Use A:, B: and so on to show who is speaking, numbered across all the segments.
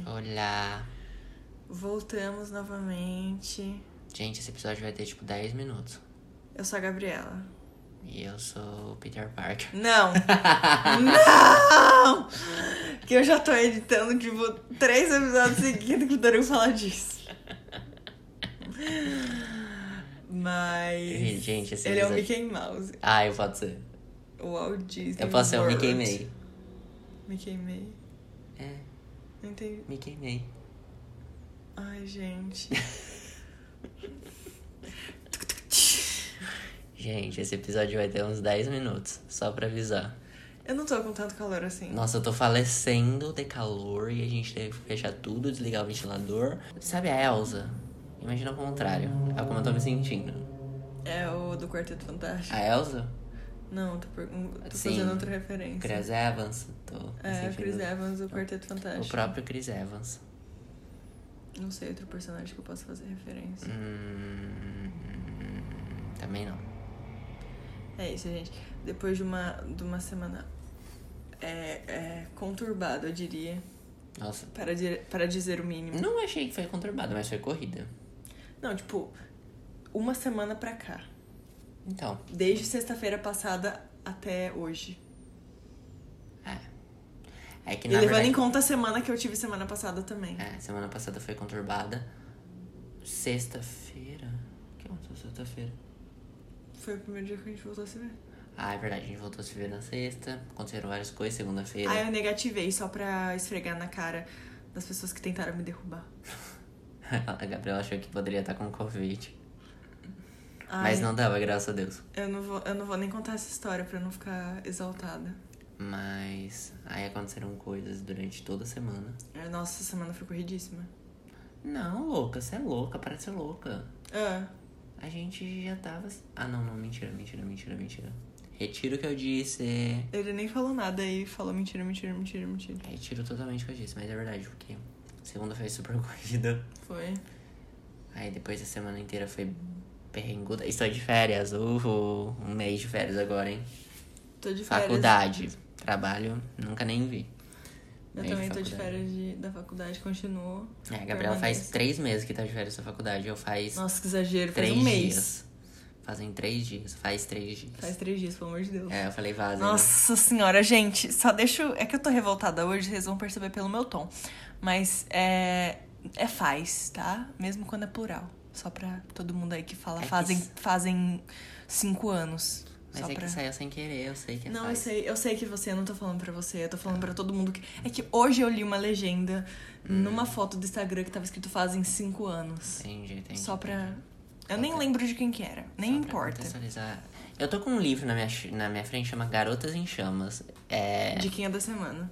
A: galera!
B: Voltamos novamente.
A: Gente, esse episódio vai ter tipo 10 minutos.
B: Eu sou a Gabriela.
A: E eu sou o Peter Parker.
B: Não! Não! Que eu já tô editando, tipo, três episódios seguidos que eu falar disso. Mas.
A: Gente, esse
B: Ele é o
A: episódio-
B: Mickey Mouse.
A: Ah, eu posso ser.
B: O Walt Disney.
A: Eu posso ser o me
B: World.
A: queimei.
B: Me queimei.
A: É,
B: Não entendi.
A: me queimei.
B: Ai, gente.
A: Gente, esse episódio vai ter uns 10 minutos, só pra avisar.
B: Eu não tô com tanto calor assim.
A: Nossa, eu tô falecendo de calor e a gente teve que fechar tudo, desligar o ventilador. Sabe a Elsa? Imagina o contrário. Olha como eu tô me sentindo.
B: É o do Quarteto Fantástico.
A: A Elsa?
B: Não, tô, per- um, tô
A: Ah, é. Sim.
B: fazendo outra referência.
A: Chris Evans? Tô me
B: É,
A: sentindo-
B: Chris Evans, o Quarteto
A: O
B: Fantástico.
A: próprio Chris Evans.
B: Não sei outro personagem que eu possa fazer referência.
A: Hum, também não.
B: É isso, gente. Depois de uma, de uma semana é, é, conturbada, eu diria,
A: Nossa.
B: para, di- para dizer o mínimo.
A: Não achei que foi conturbado, mas foi corrida.
B: Não, tipo, uma semana pra cá.
A: Então,
B: Desde sexta-feira passada até hoje.
A: é. É que
B: E
A: na
B: levando
A: verdade,
B: em conta a semana que eu tive semana passada também.
A: É, semana passada foi conturbada. Sexta-feira? O que aconteceu sexta-feira?
B: Foi o primeiro dia que a gente voltou a se ver.
A: Ah, é verdade, a gente voltou a se ver na sexta. Aconteceram várias coisas segunda-feira.
B: Ah, eu negativei só pra esfregar na cara das pessoas que tentaram me derrubar.
A: a Gabriela achou que poderia estar com Covid.
B: Ai,
A: Mas não tava, graças a Deus.
B: Eu não, vou, eu não vou nem contar essa história pra eu não ficar exaltada.
A: Mas aí aconteceram coisas durante toda a semana.
B: É, Nossa, essa semana foi corridíssima.
A: Não, louca, você é louca, parece ser louca.
B: Ah,
A: A gente já tava. Ah, não, não, mentira, mentira, mentira, mentira. Retiro o que eu disse.
B: ele nem falou nada e falou mentira, mentira, mentira, mentira.
A: Retiro totalmente o que eu disse, mas é verdade, porque segunda foi super corrida.
B: Foi.
A: Aí depois a semana inteira foi perrenguda. Estou de férias, uhul. Um mês de férias agora, hein?
B: Tô de férias.
A: Faculdade, trabalho, nunca nem vi.
B: Eu
A: Mês
B: também tô de
A: faculdade.
B: férias de- da faculdade, continuo.
A: É, a Gabriela faz
B: Permaneço.
A: três meses que tá de férias da faculdade. Eu faz
B: Nossa, que exagero. Faz
A: três
B: um mês.
A: dias. Fazem três dias, faz três dias.
B: Faz três dias, pelo amor de Deus.
A: É, eu falei vaza. né?
B: Nossa senhora, gente, só deixa. eu- É que eu tô revoltada hoje, vocês vão perceber pelo meu tom. Mas é. É faz, tá? Mesmo quando é plural. Só pra todo mundo aí que fala,
A: É que
B: fazem,
A: s-
B: fazem cinco anos.
A: Mas
B: só
A: é
B: pra...
A: que saiu sem querer, eu sei que é
B: Não, eu
A: faz. Tá.
B: sei, eu sei que você, eu não tô falando pra você, eu tô falando pra todo mundo que. É que hoje eu li uma legenda
A: Hum.
B: numa foto do Instagram que tava escrito fazem cinco anos.
A: Entendi, É, entendi.
B: Só pra. Eu
A: Só
B: nem
A: pra-
B: lembro de quem que era. Nem
A: Só pra
B: importa.
A: contextualizar. Eu tô com um livro na minha, ch- na minha frente, chama Garotas em Chamas. É.
B: De quem é da semana.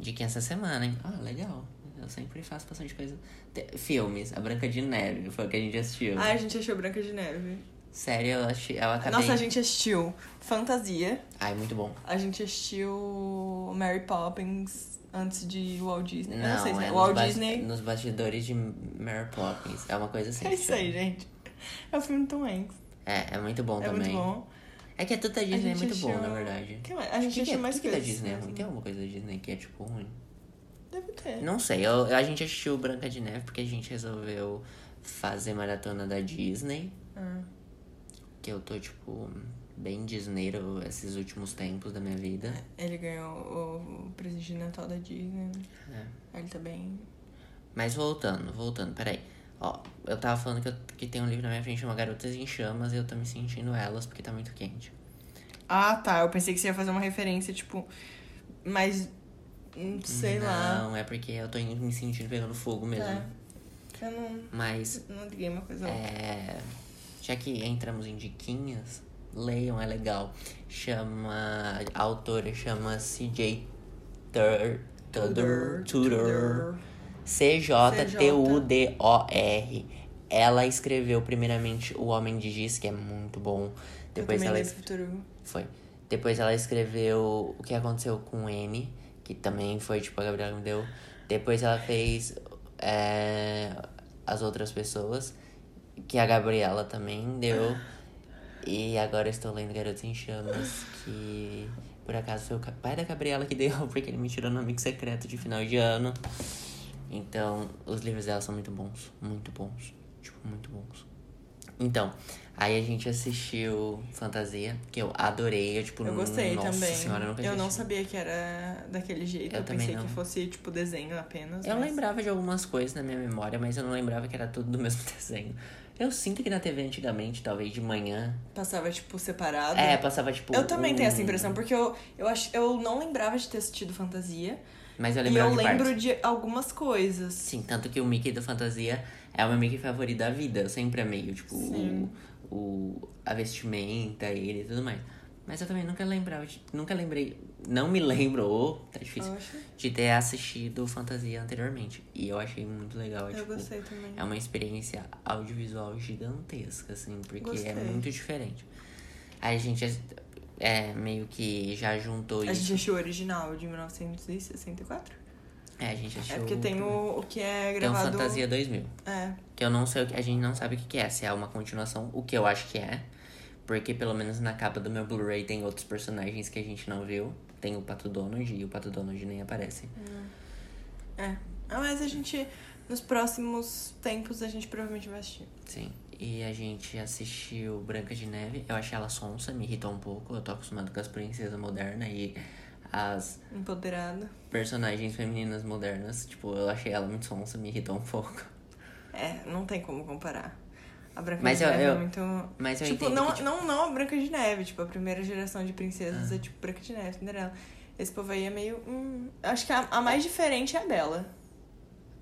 A: De quem essa semana, hein? Ah, legal. Eu sempre faço bastante coisa. Te- Filmes, A Branca de Neve, foi o que a gente assistiu.
B: Ai, a gente achou Branca de Neve.
A: Sério, eu, achei, eu acabei.
B: Nossa, a gente assistiu Fantasia,
A: Ai, muito bom.
B: a gente assistiu Mary Poppins antes de Walt Disney. eu não sei se é
A: nos
B: Walt
A: ba-
B: Disney.
A: Nos bastidores de Mary Poppins. É uma coisa assim.
B: É isso
A: tipo.
B: aí, gente. É o filme do Tom Hanks.
A: É, é muito bom
B: É muito
A: também.
B: bom.
A: É que a tudo da Disney é
B: gente
A: muito bom,
B: achou-
A: na verdade.
B: Que mais? A gente
A: que que
B: achou
A: é,
B: mais
A: que que da
B: coisas,
A: Disney é
B: mas-
A: ruim? Tem alguma coisa da Disney que é tipo ruim?
B: Deve ter.
A: Não sei, eu, eu- a gente assistiu Branca de Neve porque a gente resolveu fazer maratona da Disney.
B: Ah.
A: Que eu tô, tipo, bem disneiro esses últimos tempos da minha vida.
B: É. Ele ganhou o- o presente de Natal da Disney. né?
A: É.
B: Aí Ele tá bem.
A: Mas voltando, voltando, peraí. Ó, eu tava falando que, eu- que tem um livro na minha frente chamado Garotas em Chamas e eu tô me sentindo elas porque tá muito quente.
B: Ah, tá. Eu pensei que você ia fazer uma referência, tipo. Mas. hum, Sei
A: não,
B: lá.
A: Não, é porque eu tô in- me sentindo pegando fogo mesmo.
B: Eu não,
A: Mas,
B: não liguei uma coisa. não.
A: é. Já que entramos em diquinhas, leiam, é legal. Chama. A autora chama CJ Tur- Tudor. Tudor. C-J-T-U-D-O-R. Ela escreveu primeiramente O Homem de Giz, que é muito bom. Depois
B: eu
A: ela
B: também
A: es-
B: li futuro.
A: foi. Depois ela escreveu O que aconteceu com N, que também foi tipo a Gabriela me deu. Depois ela fez é, As Outras Pessoas, que a Gabriela também deu. E agora eu estou lendo Garotos em Chamas, que por acaso foi o ca- pai da Gabriela que deu, porque ele me tirou no amigo secreto de final de ano. Então, os livros dela são muito bons. Muito bons. Tipo, muito bons. Então, aí a gente assistiu Fantasia, que eu adorei. Eu, tipo,
B: Eu gostei
A: nossa
B: também.
A: senhora, eu nunca tinha
B: eu não
A: assistido.
B: sabia que era daquele jeito.
A: Eu
B: Eu,
A: também
B: pensei
A: não.
B: que fosse, tipo, desenho apenas.
A: Eu
B: mas-
A: lembrava de algumas coisas na minha memória, mas eu não lembrava que era tudo do mesmo desenho. Eu sinto que na TV antigamente, talvez de manhã.
B: Passava, tipo, separado.
A: É, passava tipo.
B: Eu também
A: um-
B: tenho essa impressão, porque eu, eu, acho, eu não lembrava de ter assistido fantasia.
A: Mas eu
B: e
A: lembrava
B: eu
A: de
B: lembro
A: partes.
B: de algumas coisas.
A: Sim, tanto que o Mickey do Fantasia é o meu Mickey favorito da vida. Sempre amei, tipo, o,
B: Sim.
A: o, a vestimenta, ele e tudo mais. Mas eu também nunca lembrava, de- nunca lembrei, não me lembro, ô, tá difícil,
B: Poxa.
A: de ter assistido Fantasia anteriormente. E eu achei muito legal, é,
B: Eu
A: tipo,
B: gostei também.
A: é uma experiência audiovisual gigantesca, assim, porque é
B: Gostei.
A: muito diferente. Aí a gente é, meio que já juntou
B: A gente
A: isso.
B: achou o original de 1964?
A: É, a gente achou. um
B: É porque tem o, o que é
A: Tem o
B: gravado.
A: Fantasia 2000.
B: É,
A: Que eu não sei o que. A gente não sabe o que, que é. Se é uma continuação, o que eu acho que é. Porque pelo menos na capa do meu Blu-ray tem outros personagens que a gente não viu. Tem o Pato Donald e o Pato Donald nem aparece.
B: é. Ah, Mas a gente, nos próximos tempos, a gente provavelmente vai assistir.
A: Sim. E a gente assistiu Branca de Neve. Eu achei ela sonsa, me irritou um pouco. Eu tô acostumado com as princesas modernas e as
B: Empoderado.
A: personagens femininas modernas. Tipo, eu achei ela muito sonsa, me irritou um pouco.
B: É, não tem como comparar. A Branca
A: Mas
B: de
A: eu-
B: Neve
A: eu-
B: é muito.
A: mas eu
B: tipo,
A: entendo
B: não,
A: que, tipo- Ah.
B: não, não a Branca de Neve, tipo, a primeira geração de princesas é tipo Branca de Neve, Cinderela. Esse povo aí é meio. hum, acho que a, a mais diferente é a Bela,
A: tipo,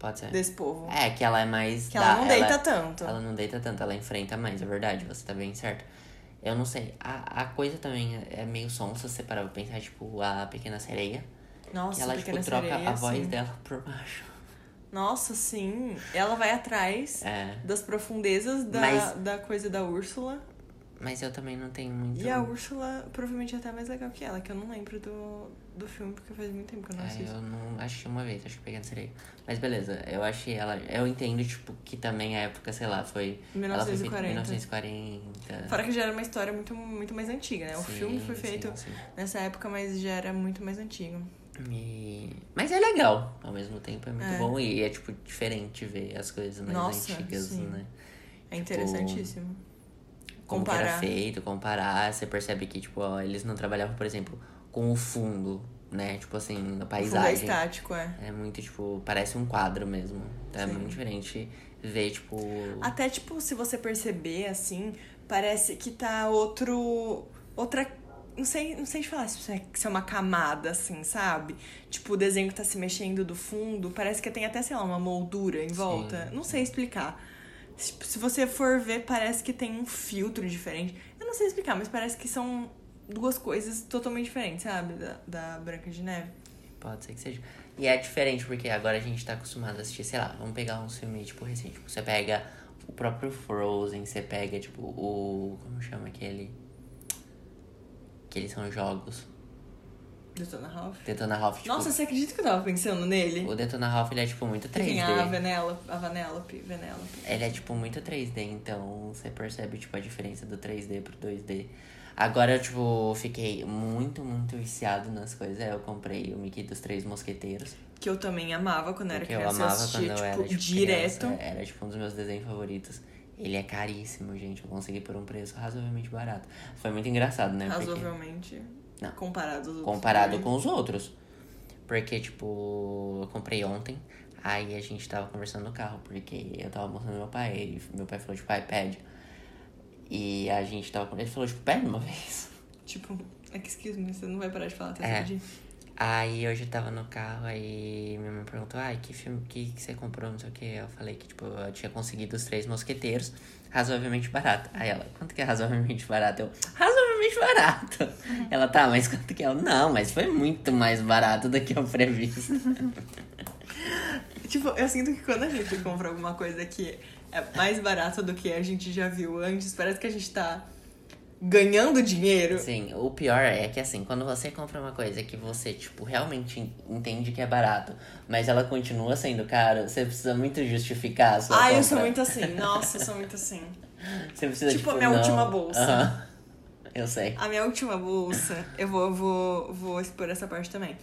A: Pode ser.
B: desse povo.
A: É, que ela é mais.
B: Que ela
A: da-
B: não deita tanto.
A: Ela não deita tanto, ela enfrenta mais, é verdade, você tá bem certo. Eu não sei, a, a coisa também é meio sonsa, se você parar pra pensar, tipo, a Pequena Sereia.
B: Nossa,
A: que ela, tipo,
B: pequena
A: troca
B: sereia,
A: a voz
B: sim.
A: dela por baixo.
B: Nossa, sim. Ela vai atrás
A: É,
B: das profundezas da,
A: Mas-
B: da coisa da Úrsula.
A: mas eu também não tenho muito...
B: E a Úrsula provavelmente é até mais legal que ela, que eu não lembro do, do filme, porque faz muito tempo que eu não
A: É,
B: assisto.
A: eu não achei uma vez, acho que Pequena Sereia. Mas beleza, eu achei ela... Eu entendo, tipo, que também a época, sei lá, foi... Ela foi feita
B: 1940.
A: em 1940.
B: Fora que já era uma história muito, muito mais antiga, né? O
A: Sim,
B: filme foi
A: sim,
B: feito
A: sim.
B: nessa época, mas já era muito mais antigo.
A: E- Mas é legal, ao mesmo tempo é muito
B: É.
A: bom e é tipo diferente ver as coisas mais
B: Nossa,
A: antigas,
B: sim.
A: né?
B: É interessantíssimo.
A: Como que era
B: Comparar.
A: feito, comparar, você percebe que tipo, ó, eles não trabalhavam, por exemplo, com o fundo, né? Tipo assim, a
B: O fundo é
A: paisagem.
B: estático, é.
A: É muito tipo, parece um quadro mesmo. Então é
B: Sim.
A: muito diferente ver tipo
B: Até, tipo, se você perceber, assim, parece que tá outro. Outra. Não sei, não sei te falar se isso é, se é uma camada, assim, sabe? Tipo, o desenho que tá se mexendo do fundo, parece que tem até, sei lá, uma moldura em volta. Não sei explicar. Tipo, se você for ver, parece que tem um filtro diferente. Eu não sei explicar, mas parece que são duas coisas totalmente diferentes, sabe? Da, da Branca de Neve.
A: Pode ser que seja. E é diferente porque agora a gente tá acostumado a assistir, sei lá, vamos pegar um filme, tipo, recente. Tipo, você pega o próprio Frozen, você pega, tipo, o. Como chama aquele? Que eles são jogos.
B: Detona Ralph.
A: Detona Ralph, tipo.
B: Nossa, você acredita que eu tava pensando nele?
A: O Detona Ralph, ele é, tipo, muito
B: Que tem a
A: 3D.
B: Vanellope, a Vanellope, Vanellope.
A: Ele é, tipo, muito 3D, então você percebe, tipo, a diferença do 3D pro 2D. Agora eu, tipo, fiquei muito, muito viciado nas coisas. Aí eu comprei o Mickey dos Três Mosqueteiros.
B: Que eu também amava quando eu era
A: Porque
B: criança.
A: eu amava
B: assistia,
A: quando eu
B: tipo,
A: era tipo,
B: direto.
A: criança. Era tipo um dos meus desenhos favoritos. Ele é caríssimo, gente. Eu consegui por um preço razoavelmente barato. Foi muito engraçado, né? Porque-
B: razoavelmente. né?
A: Não.
B: Comparado aos outros.
A: comparado
B: filmes.
A: com os outros. Porque, tipo, eu comprei ontem. Aí a gente tava conversando no carro, porque eu tava mostrando meu pai. Ele, meu pai falou, tipo, iPad. E a gente tava. Ele falou, tipo, pede uma vez.
B: Tipo, é que excuse me, você não vai parar de falar tá até
A: É.
B: explodir.
A: Aí hoje eu tava no carro, aí minha mãe perguntou, ai, que filme que, que você comprou, não sei o que. Eu falei que, tipo, eu tinha conseguido os três mosqueteiros, razoavelmente barato. Aí ela, quanto que é razoavelmente barato? Eu, razoavelmente barato.
B: Uhum.
A: Ela, tá, mas quanto que é? Eu, não, mas foi muito mais barato do que eu previsto.
B: Tipo, eu sinto que quando a gente compra alguma coisa que é mais barata do que a gente já viu antes, parece que a gente tá ganhando dinheiro.
A: Sim, o pior é que assim, quando você compra uma coisa que você, tipo, realmente en- entende que é barato, mas ela continua sendo cara, você precisa muito justificar a sua
B: Ai, eu
A: compra.
B: sou muito assim. Nossa, eu sou muito assim.
A: Você precisa,
B: Tipo, a minha última bolsa.
A: Aham. Eu sei.
B: A minha última bolsa, eu vou, vou, vou expor essa parte também.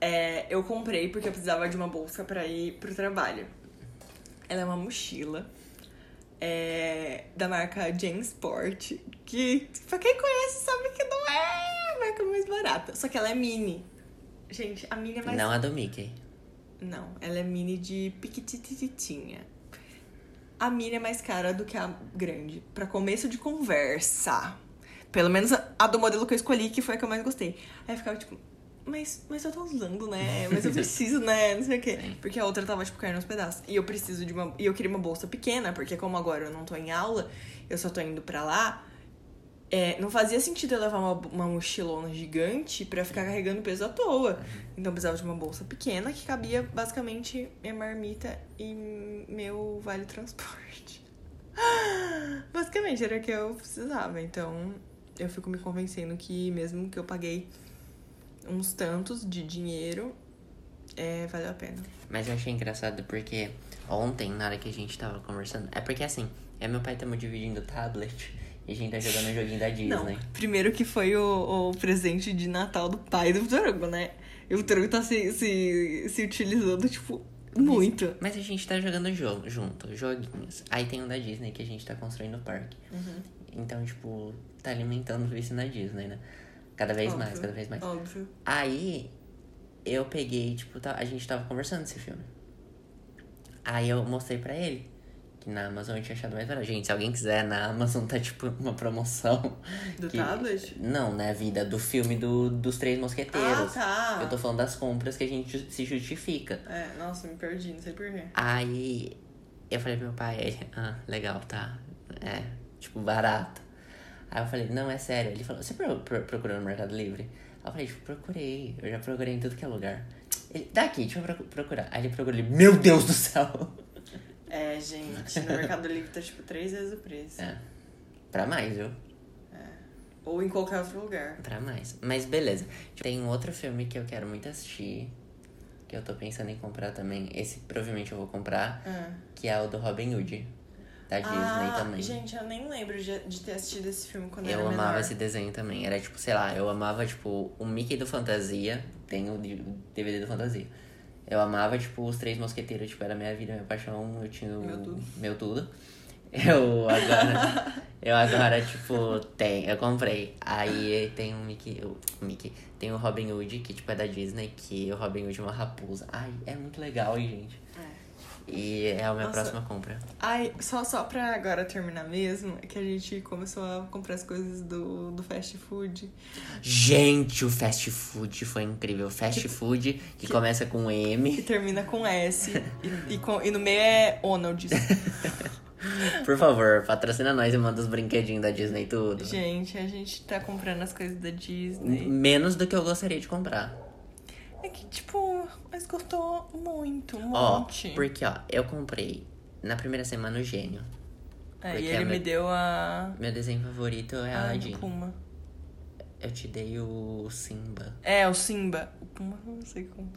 B: é, eu comprei porque eu precisava de uma bolsa pra ir pro trabalho. Ela é uma mochila é, da marca Jansport, que pra quem conhece sabe que não é a marca mais barata. Só que ela é mini. Gente, a mini é mais.
A: Não a do Mickey.
B: Não, ela é mini de piquitititinha. A mini é mais cara do que a grande. Pra começo de conversa. Pelo menos a a do modelo que eu escolhi, que foi a que eu mais gostei. Aí eu ficava tipo, mas, mas eu tô usando, né? Mas eu preciso, né? Não sei o quê. Porque a outra tava, tipo, caindo aos pedaços. E eu preciso de uma. E eu queria uma bolsa pequena, porque como agora eu não tô em aula, eu só tô indo pra lá. É, não fazia sentido eu levar uma, uma mochilona gigante pra ficar carregando peso à toa. Então eu precisava de uma bolsa pequena que cabia basicamente minha marmita e meu vale transporte. Basicamente era o que eu precisava. Então eu fico me convencendo que mesmo que eu paguei uns tantos de dinheiro, é, valeu a pena.
A: Mas eu achei engraçado porque ontem, na hora que a gente tava conversando. É porque assim, eu e meu pai estamos dividindo o tablet e a gente tá jogando o joguinho da Disney.
B: Não, primeiro que foi o, o presente de Natal do pai do Vitor né? E o Vitor tá se, se, se utilizando, tipo, muito.
A: Mas a gente tá jogando jogo junto, joguinhos. Aí tem um da Disney que a gente tá construindo o parque.
B: Uhum.
A: Então, tipo, tá alimentando isso na Disney, né? Cada vez mais,
B: Óbvio.
A: cada vez mais.
B: Óbvio.
A: Aí eu peguei, tipo, tá- a gente tava conversando esse filme. Aí eu mostrei pra ele que na Amazon eu tinha achado mais barato. Gente, se alguém quiser, na Amazon tá tipo uma promoção.
B: Do
A: que-
B: tablet?
A: Não, né, vida? Do filme do, dos Três Mosqueteiros.
B: Ah, tá.
A: Eu tô falando das compras que a gente ju- se justifica.
B: É, nossa, me perdi, não sei porquê.
A: Aí eu falei pro meu pai, ele, ah, legal, tá. É, tipo, barato. Aí eu falei, não, é sério. Ele falou, você pro- pro- procurou no Mercado Livre? Aí eu falei, tipo, procurei. Eu já procurei em tudo que é lugar. Ele, daqui, deixa eu procu- procurar. Aí ele procurou, ele, meu Deus do céu!
B: É, gente, no Mercado Livre tá tipo três vezes o preço. É.
A: É, pra mais, viu?
B: Ou em qualquer outro lugar.
A: Pra mais. Mas beleza. Tem um outro filme que eu quero muito assistir. Que eu tô pensando em comprar também. Esse provavelmente eu vou comprar.
B: Ah.
A: Que é o do Robin Hood. Da Disney também.
B: Gente, eu nem lembro de, de ter assistido esse filme quando eu
A: Eu
B: era
A: amava
B: menor.
A: esse desenho também. Era tipo, sei lá, eu amava, tipo, o Mickey do Fantasia. Tem o D- DVD do Fantasia. Eu amava, tipo, os Três Mosqueteiros. Tipo, era minha vida, minha paixão. Eu tinha o...
B: Meu tudo.
A: Meu tudo. Eu agora... eu agora, tipo, tem... Eu comprei. Aí tem o Mickey... O Mickey. Tem o Robin Hood, que, tipo, é da Disney. Que o Robin Hood é uma raposa. Ai, é muito legal, hein, gente.
B: É.
A: E é a minha
B: Nossa.
A: próxima compra.
B: Ai, só, só pra agora terminar mesmo, é que a gente começou a comprar as coisas do, do fast food.
A: Gente, o fast food foi incrível. Fast food que, começa com
B: E
A: M.
B: termina com S. e, e, com- e no meio é Onald.
A: Por favor, patrocina nós e manda os brinquedinhos da Disney tudo.
B: gente, a gente tá comprando as coisas da Disney.
A: Menos do que eu gostaria de comprar.
B: É que, tipo, mas gostou muito, um
A: Ó,
B: monte.
A: porque ó, eu comprei na primeira semana o Gênio.
B: É,
A: porque
B: e
A: é
B: ele me
A: meu-
B: deu a.
A: Meu desenho favorito é
B: a
A: Aladdin.
B: do Puma.
A: Eu te dei o Simba.
B: É, o Simba. O Puma, eu não sei como.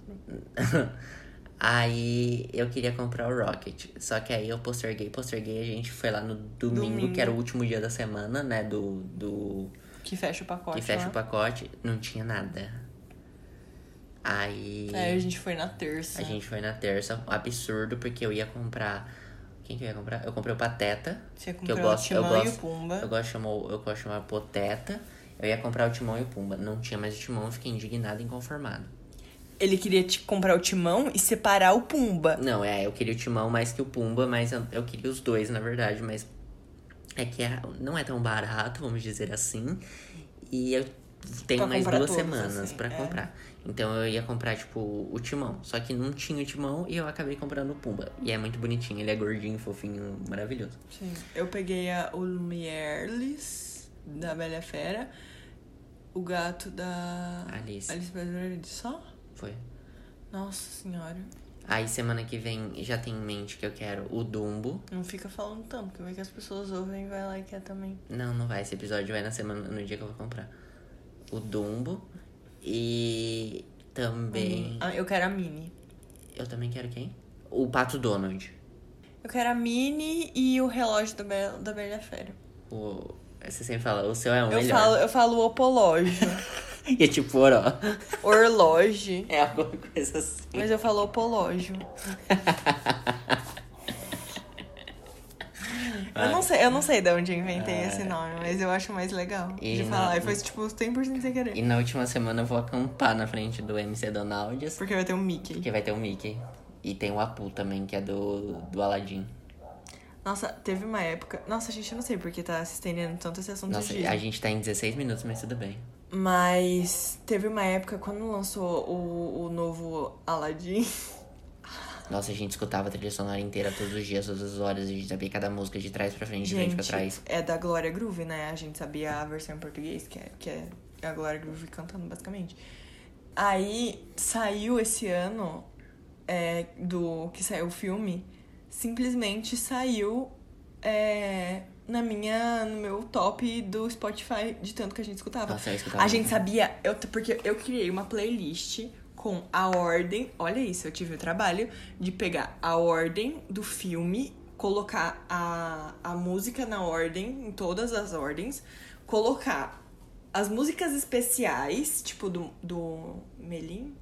A: aí eu queria comprar o Rocket. Só que aí eu posterguei, posterguei. A gente foi lá no domingo,
B: Domingo.
A: que era o último dia da semana, né? Do. do...
B: Que fecha o pacote.
A: Que fecha
B: lá.
A: o pacote, não tinha nada. Aí
B: Aí a gente foi na terça.
A: a gente foi na terça, um absurdo, porque eu ia comprar. Quem que eu ia comprar? Eu comprei o Pateta.
B: Você
A: que eu
B: comprou
A: gosto,
B: o
A: eu
B: Timão
A: gosto.
B: e o Pumba.
A: Eu gosto de chamar, o- eu gosto de chamar o Poteta. Eu ia comprar o Timão e o Pumba. Não tinha mais o Timão, eu fiquei indignado e inconformado.
B: Ele queria te comprar o Timão e separar o Pumba.
A: Não, é, eu queria o Timão mais que o Pumba, mas eu, eu queria os dois, na verdade, mas é que é- não é tão barato, vamos dizer assim. E eu tenho
B: Pra
A: mais
B: comprar
A: duas
B: todos,
A: semanas
B: assim,
A: pra
B: é.
A: comprar. Então eu ia comprar, tipo, o Timão. Só que não tinha o Timão e eu acabei comprando o Pumba. E é muito bonitinho, ele é gordinho, fofinho, maravilhoso.
B: Sim. Eu peguei a, o Lumierlis da Bela e a Fera. O gato da.
A: Alice.
B: Alice Brasileira de Só?
A: Foi.
B: Nossa senhora.
A: Aí semana que vem já tem em mente que eu quero o Dumbo.
B: Não fica falando tanto, porque vai que as pessoas ouvem e vai lá e quer também.
A: Não, não vai. Esse episódio vai na semana, no dia que eu vou comprar. O Dumbo. E também.
B: Ah, eu quero a Mini.
A: Eu também quero quem? O Pato Donald.
B: Eu quero a Mini e o relógio da, Be da Bela e a Fera.
A: O... Você sempre fala, o seu é o
B: Eu
A: melhor.
B: falo, eu falo o Opológio.
A: E é tipo oró.
B: Orloge.
A: É alguma coisa assim.
B: Mas eu falo pológio. Eu não, sei, eu não sei de onde eu inventei esse nome, mas eu acho mais legal
A: Ah. E
B: de
A: não-
B: falar. E foi tipo 100% sem querer.
A: E na última semana eu vou acampar na frente do MC Donalds,
B: Porque vai ter um Mickey.
A: que vai ter o Mickey. E tem o Apu também, que é do, do Aladdin.
B: Nossa, teve uma época. Nossa, gente, eu não sei porque tá se estendendo tanto esse assunto
A: Nossa,
B: de
A: a gente tá em 16 minutos, mas tudo bem.
B: Mas teve uma época quando lançou o, o novo Aladdin.
A: Nossa, a gente escutava a trilha sonora inteira todos os dias, todas as horas. A gente sabia cada música de trás pra frente, de frente pra trás.
B: é da Glória Groove, né? A gente sabia a versão em português, que é, que é a Glória Groove cantando, basicamente. Aí saiu esse ano é, do que saiu o filme, simplesmente saiu é, na minha, no meu top do Spotify de tanto que a gente escutava.
A: Nossa, eu escutava.
B: A gente
A: muito.
B: sabia, eu, porque eu criei uma playlist com a ordem. Olha isso, eu tive o trabalho de pegar a ordem do filme, colocar a, a música na ordem, em todas as ordens, colocar as músicas especiais, tipo do, do Melim,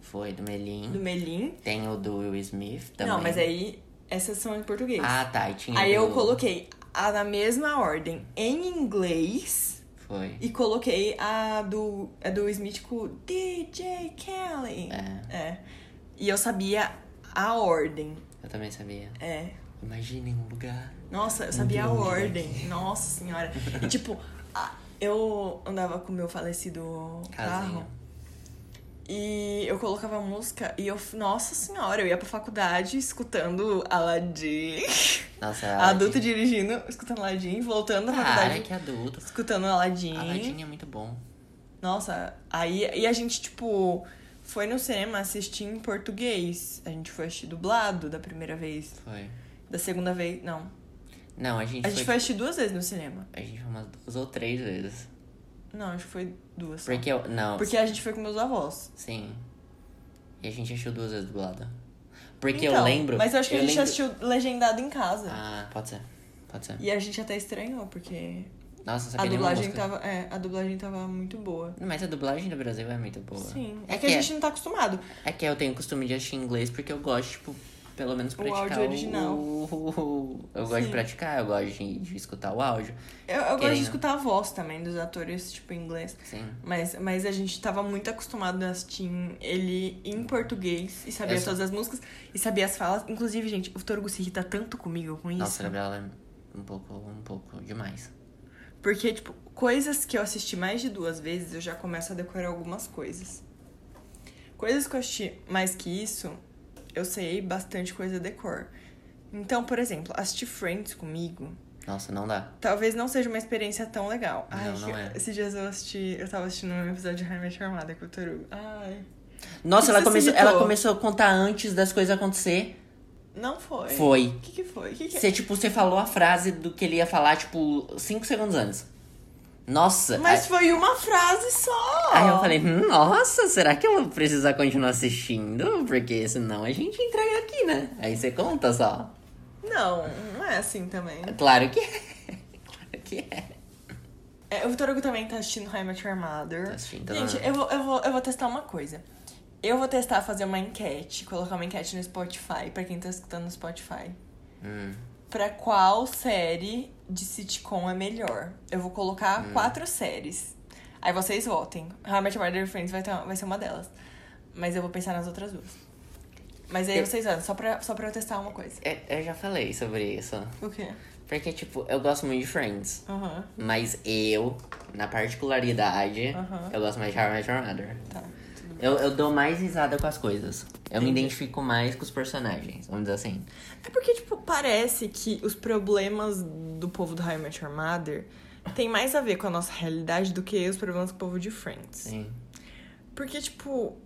A: Foi do é Melim.
B: do Melim.
A: Tem o do Will Smith também.
B: Não, mas aí essas são em português.
A: Ah, tá. E tinha
B: aí
A: o
B: eu
A: do-
B: coloquei a, na mesma ordem em inglês.
A: Foi.
B: E coloquei a do, a do Smith com DJ Kelly.
A: É.
B: E eu sabia a ordem.
A: Eu também sabia.
B: É.
A: Imaginem um lugar.
B: Nossa, eu sabia a
A: Deus,
B: ordem. Nossa senhora. E tipo, a- eu andava com o meu falecido
A: Casinho.
B: carro. E eu colocava música e eu. Nossa senhora, eu ia pra faculdade escutando Aladdin.
A: Nossa,
B: Adulto
A: Aladdin-
B: dirigindo, escutando Aladdin, voltando da
A: Cara,
B: faculdade.
A: que adulto.
B: Escutando Aladdin.
A: Aladdin é muito bom.
B: Nossa, aí e a gente, tipo, foi no cinema assistir em português. A gente foi assistir dublado da primeira vez.
A: Foi.
B: Da segunda vez, não.
A: Não, a gente,
B: A gente
A: foi...
B: foi assistir duas vezes no cinema.
A: A gente foi umas duas ou três vezes.
B: Não, acho que foi duas. só.
A: Porque eu... Não,
B: Porque a gente foi com meus avós.
A: sim. E a gente achou duas vezes dublada. Porque eu
B: Então,
A: lembro...
B: Mas eu acho que
A: eu
B: a gente
A: lembro-
B: assistiu legendado em casa.
A: Ah, pode ser. Pode ser.
B: E a gente até estranhou, porque
A: Nossa, eu
B: a
A: sabia nenhuma
B: dublagem,
A: Tá música.
B: tava, é, a dublagem tava muito boa.
A: Mas a dublagem do Brasil é muito boa.
B: Sim.
A: É,
B: É que a gente não tá acostumado.
A: é que eu tenho o costume de assistir inglês porque eu gosto, tipo, pelo menos praticar
B: áudio original.
A: o- Eu gosto de
B: Sim.
A: praticar, eu gosto de, de escutar o áudio.
B: Eu, eu gosto de
A: Querendo.
B: escutar a voz também dos atores, tipo, em inglês.
A: Sim.
B: Mas, mas a gente tava muito acostumado a assistir ele em português e sabia
A: Essa-
B: todas as músicas e sabia as falas. Inclusive, gente, o Torugo se irrita tanto comigo com isso.
A: Nossa, a Gabriela é um pouco, um pouco demais.
B: Porque, tipo, coisas que eu assisti mais de duas vezes, eu já começo a decorar algumas coisas. Coisas que eu assisti mais que isso, eu sei bastante coisa decor. Então, por exemplo, assistir Friends comigo
A: Nossa, não dá.
B: Talvez não seja uma experiência tão legal.
A: Não,
B: Ai,
A: não
B: que-
A: é.
B: Esses dias eu assisti. Eu tava assistindo um episódio de Rainha Charmada com o Toru. Ai. Por
A: Nossa,
B: que
A: ela
B: você
A: começou,
B: se
A: ela
B: irritou?
A: começou a contar antes das coisas acontecer.
B: Não foi.
A: Foi.
B: O que, que foi? O que, que
A: Você, tipo, você falou a frase do que ele ia falar, tipo, cinco segundos antes. Nossa.
B: é? Mas foi uma frase só!
A: Aí eu falei, "Hum, nossa, será que eu vou precisar continuar assistindo? Porque senão a gente entrega aqui, né? Aí você conta só.
B: Não, não é assim também.
A: Claro que é. Claro que é.
B: É, o Torugo também tá assistindo How I Met Your Mother.
A: Tá assistindo,
B: Gente,
A: né?
B: eu vou, eu, vou, eu vou testar uma coisa. Eu vou testar fazer uma enquete, colocar uma enquete no Spotify, pra quem tá escutando no Spotify.
A: Hum,
B: Pra qual série de sitcom é melhor? Eu vou colocar quatro séries. Aí vocês votem. How I Met Your Mother e Friends vai, ter- vai ser uma delas. Mas eu vou pensar nas outras duas. Mas aí
A: Eu-
B: vocês votam, só pra, só pra eu testar uma coisa.
A: eu, eu já falei sobre isso.
B: O quê?
A: Porque, tipo, eu gosto muito de Friends.
B: Aham,
A: Mas eu, na particularidade,
B: Aham.
A: eu gosto mais de How I Met Your Mother.
B: tá.
A: Eu, eu dou mais risada com as coisas. Eu me
B: Entendi.
A: identifico mais com os personagens, vamos dizer assim.
B: É porque, tipo, parece que os problemas do povo do How I Met Your Mother tem mais a ver com a nossa realidade do que os problemas do povo de Friends.
A: Sim.
B: Porque, tipo.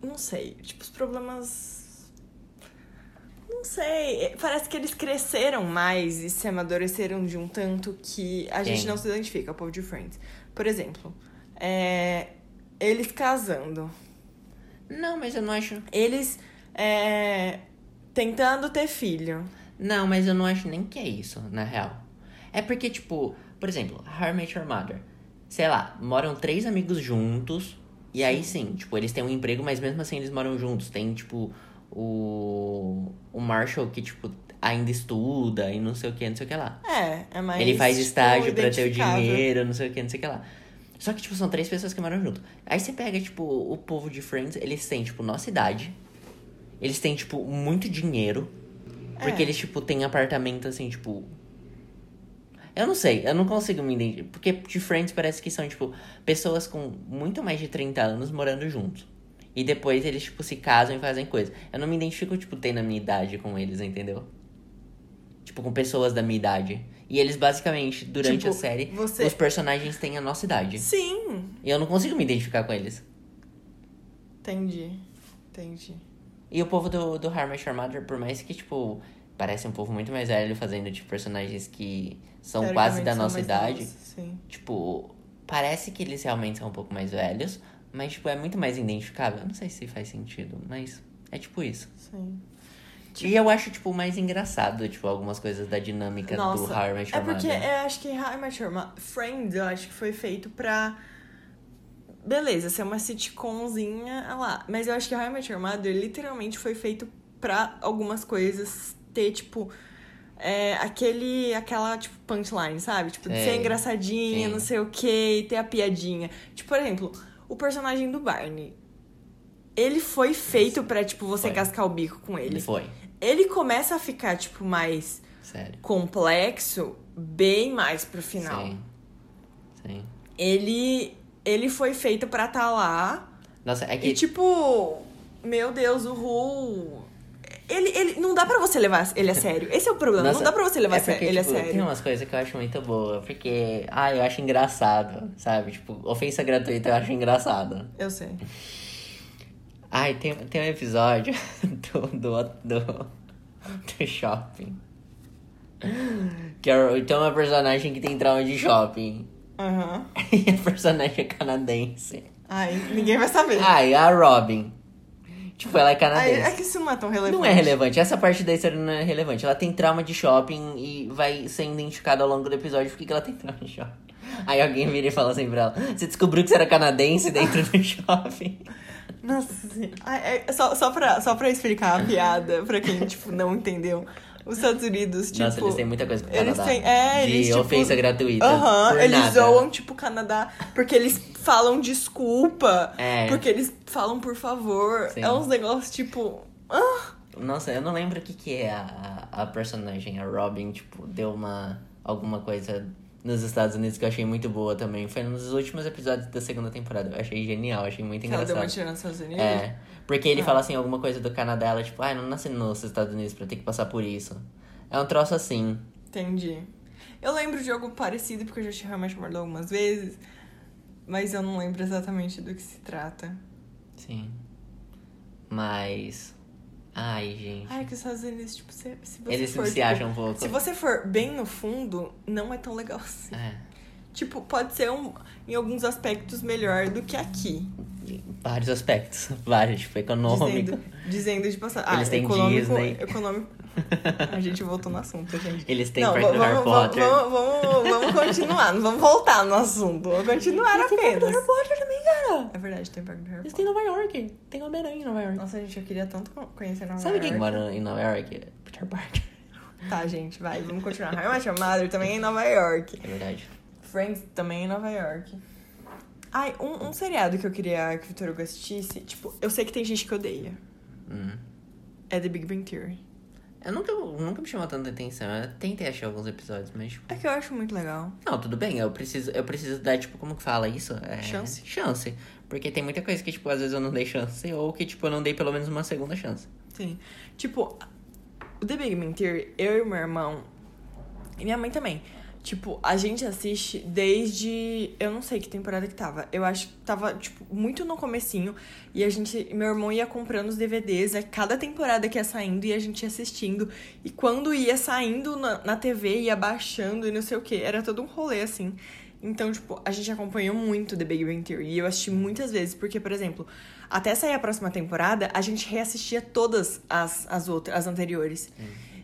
B: Não sei. Tipo, os problemas. Não sei. é, Parece que eles cresceram mais e se amadureceram de um tanto que a gente
A: Sim.
B: não se identifica, o povo de Friends. Por exemplo, é, eles casando.
A: Não, mas eu não acho.
B: Eles é, tentando ter filho.
A: Não, mas eu não acho nem que é isso, na real. É porque, tipo, por exemplo, How I Met Your Mother. sei lá, moram três amigos juntos. E aí sim, tipo, eles têm um emprego, mas mesmo assim eles moram juntos. Tem, tipo, o, o Marshall que, tipo, ainda estuda e não sei o que, não sei o que lá.
B: É, é mais.
A: Ele faz
B: tipo,
A: estágio pra ter o
B: identificável.
A: dinheiro, não sei o que, não sei o que lá. Só que, tipo, são três pessoas que moram junto. Aí você pega, tipo, o povo de Friends, eles têm, tipo, nossa idade. Eles têm, tipo, muito dinheiro.
B: É.
A: Porque eles, tipo, têm apartamento, assim, tipo... Eu não sei, eu não consigo me identificar. Porque de Friends parece que são, tipo, pessoas com muito mais de 30 anos morando juntos. E depois eles, tipo, se casam e fazem coisa. Eu não me identifico, tipo, tendo a minha idade com eles, entendeu? Tipo, com pessoas da minha idade. E eles, basicamente, durante
B: Tipo,
A: a série,
B: você-
A: os personagens têm a nossa idade.
B: Sim,
A: E eu não consigo me identificar com eles.
B: entendi. Entendi.
A: E o povo do, do How I Met Your Mother, por mais que, tipo, parece um povo muito mais velho fazendo, tipo, personagens que são quase
B: Teoricamente,
A: da
B: são
A: nossa
B: mais
A: idade,
B: novos, Sim.
A: tipo, parece que eles realmente são um pouco mais velhos, mas, tipo, é muito mais identificável. Eu não sei se faz sentido, mas é tipo isso.
B: Sim.
A: E eu acho, tipo, mais engraçado, tipo, algumas coisas da dinâmica do How I Met
B: é
A: Your
B: porque
A: Mother.
B: eu acho que How I Met Your Mother, Friends, eu acho que foi feito pra... Beleza, ser uma sitcomzinha, ah lá. Mas eu acho que How I Met Your Mother literalmente foi feito pra algumas coisas ter, tipo... é, aquele, aquela, tipo, punchline, sabe? Tipo, de ser
A: Sei.
B: engraçadinha,
A: É, Sim.
B: não sei o quê, e ter a piadinha. Tipo, por exemplo, o personagem do Barney. Ele foi feito pra, tipo, você
A: Foi.
B: cascar o bico com é ele.
A: Ele foi,
B: Ele começa a ficar, tipo, mais
A: sério.
B: complexo bem mais pro final.
A: Sim. Sim.
B: Ele ele foi feito pra tá lá
A: Nossa, é que...
B: e tipo, meu Deus, o Ru ele, ele não dá pra você levar ele a sério. Esse é o problema.
A: Nossa,
B: não dá pra você levar
A: é porque,
B: ele
A: tipo,
B: a sério.
A: Tem umas coisas que eu acho muito boa, porque, ah, eu acho engraçado, sabe? Tipo, ofensa gratuita eu acho engraçado.
B: Eu sei.
A: Ai, tem, tem um episódio do, do, do, do shopping. Que é, então é uma personagem que tem trauma de shopping.
B: Aham.
A: E a personagem é canadense.
B: Ai, ninguém vai saber.
A: Ai, a Robin. Tipo, ela é
B: Ai,
A: canadense.
B: é que isso não é tão relevante.
A: Não é relevante. Essa parte da história não é relevante. Ela tem trauma de shopping e vai ser identificada ao longo do episódio porque que ela tem trauma de shopping. Aí alguém vira e fala assim pra ela: Você descobriu que você era canadense dentro do shopping?
B: Nossa, sim. Ai, é- só, só, pra, só pra explicar a piada, pra quem, tipo, não entendeu. Os Estados Unidos, tipo...
A: Nossa, eles têm muita coisa com o
B: Eles
A: Canadá.
B: têm, é,
A: de
B: eles, tipo,
A: ofensa gratuita.
B: Aham,
A: por
B: eles
A: nada.
B: zoam, tipo, o Canadá, porque eles falam desculpa,
A: É.
B: porque eles falam por favor.
A: Sim.
B: É uns negócios, tipo... Ah,
A: Nossa, eu não lembro o que, que é a, a a personagem, a Robin, tipo, deu uma. alguma coisa nos Estados Unidos que eu achei muito boa também. Foi nos últimos episódios da segunda temporada. Eu achei genial, achei muito
B: que ela deu
A: engraçado.
B: uma Ah. tira nos Estados Unidos.
A: É. Porque ele fala assim alguma coisa do Canadá, ela tipo, ai, não nasci nos Estados Unidos pra ter que passar por isso. É um troço assim.
B: Entendi. Eu lembro de algo parecido, porque eu já tinha realmente mordido algumas vezes, mas eu não lembro exatamente do que se trata.
A: Sim. Mas. Ai, gente.
B: Ai, que os Estados Unidos, tipo, se, se você
A: Eles
B: for,
A: se
B: tipo,
A: acham um pouco.
B: Se você for bem no fundo, não é tão legal assim.
A: É.
B: Tipo, pode ser um, em alguns aspectos melhor do que aqui.
A: Vários aspectos. Vários, tipo, econômico.
B: Dizendo, dizendo de passar.
A: Eles têm
B: Ah, econômico,
A: Disney.
B: econômico. A gente voltou no assunto, gente.
A: Eles têm
B: Não,
A: parte do
B: va-
A: Harry
B: vamos-
A: Potter.
B: Vamos, vamos, vamos continuar, não vamos voltar no assunto. Vamos continuar apenas.
A: Potter também, cara.
B: É verdade, tem parte do Harry Potter.
A: têm Nova York. Tem Homem-Aranha em Nova York.
B: Nossa, gente, eu queria tanto co- conhecer Nova
A: Sabe quem
B: York.
A: mora em Nova York? Peter Parker.
B: Tá, gente, vai, vamos continuar. How I Met Your Mother também é em Nova York.
A: É verdade.
B: Friends também é em Nova York. Ai, um, um seriado que eu queria que o Vitor Hugo assistisse, tipo, eu sei que tem gente que odeia.
A: Hum.
B: É The Big Bang Theory.
A: Eu nunca, nunca me chamou tanta atenção. Eu tentei achar alguns episódios, mas tipo.
B: É que eu acho muito legal.
A: Não, tudo bem, eu preciso, eu preciso dar, tipo, como que fala isso? É,
B: Chance.
A: Chance. Porque tem muita coisa que, tipo, às vezes eu não dei chance, ou que, tipo, eu não dei pelo menos uma segunda chance.
B: Sim. Tipo, o The Big Bang Theory, eu e meu irmão, e minha mãe também. Tipo, a gente assiste desde. Eu não sei que temporada que tava. Eu acho que tava, tipo, muito no comecinho. E a gente. Meu irmão ia comprando os DVDs a né, cada temporada que ia saindo e a gente ia assistindo. E quando ia saindo na, na TV, ia baixando e não sei o que. Era todo um rolê, assim. Então, tipo, a gente acompanhou muito The Big Bang Theory. E eu assisti muitas vezes, porque, por exemplo, até sair a próxima temporada, a gente reassistia todas as, as outras, as anteriores.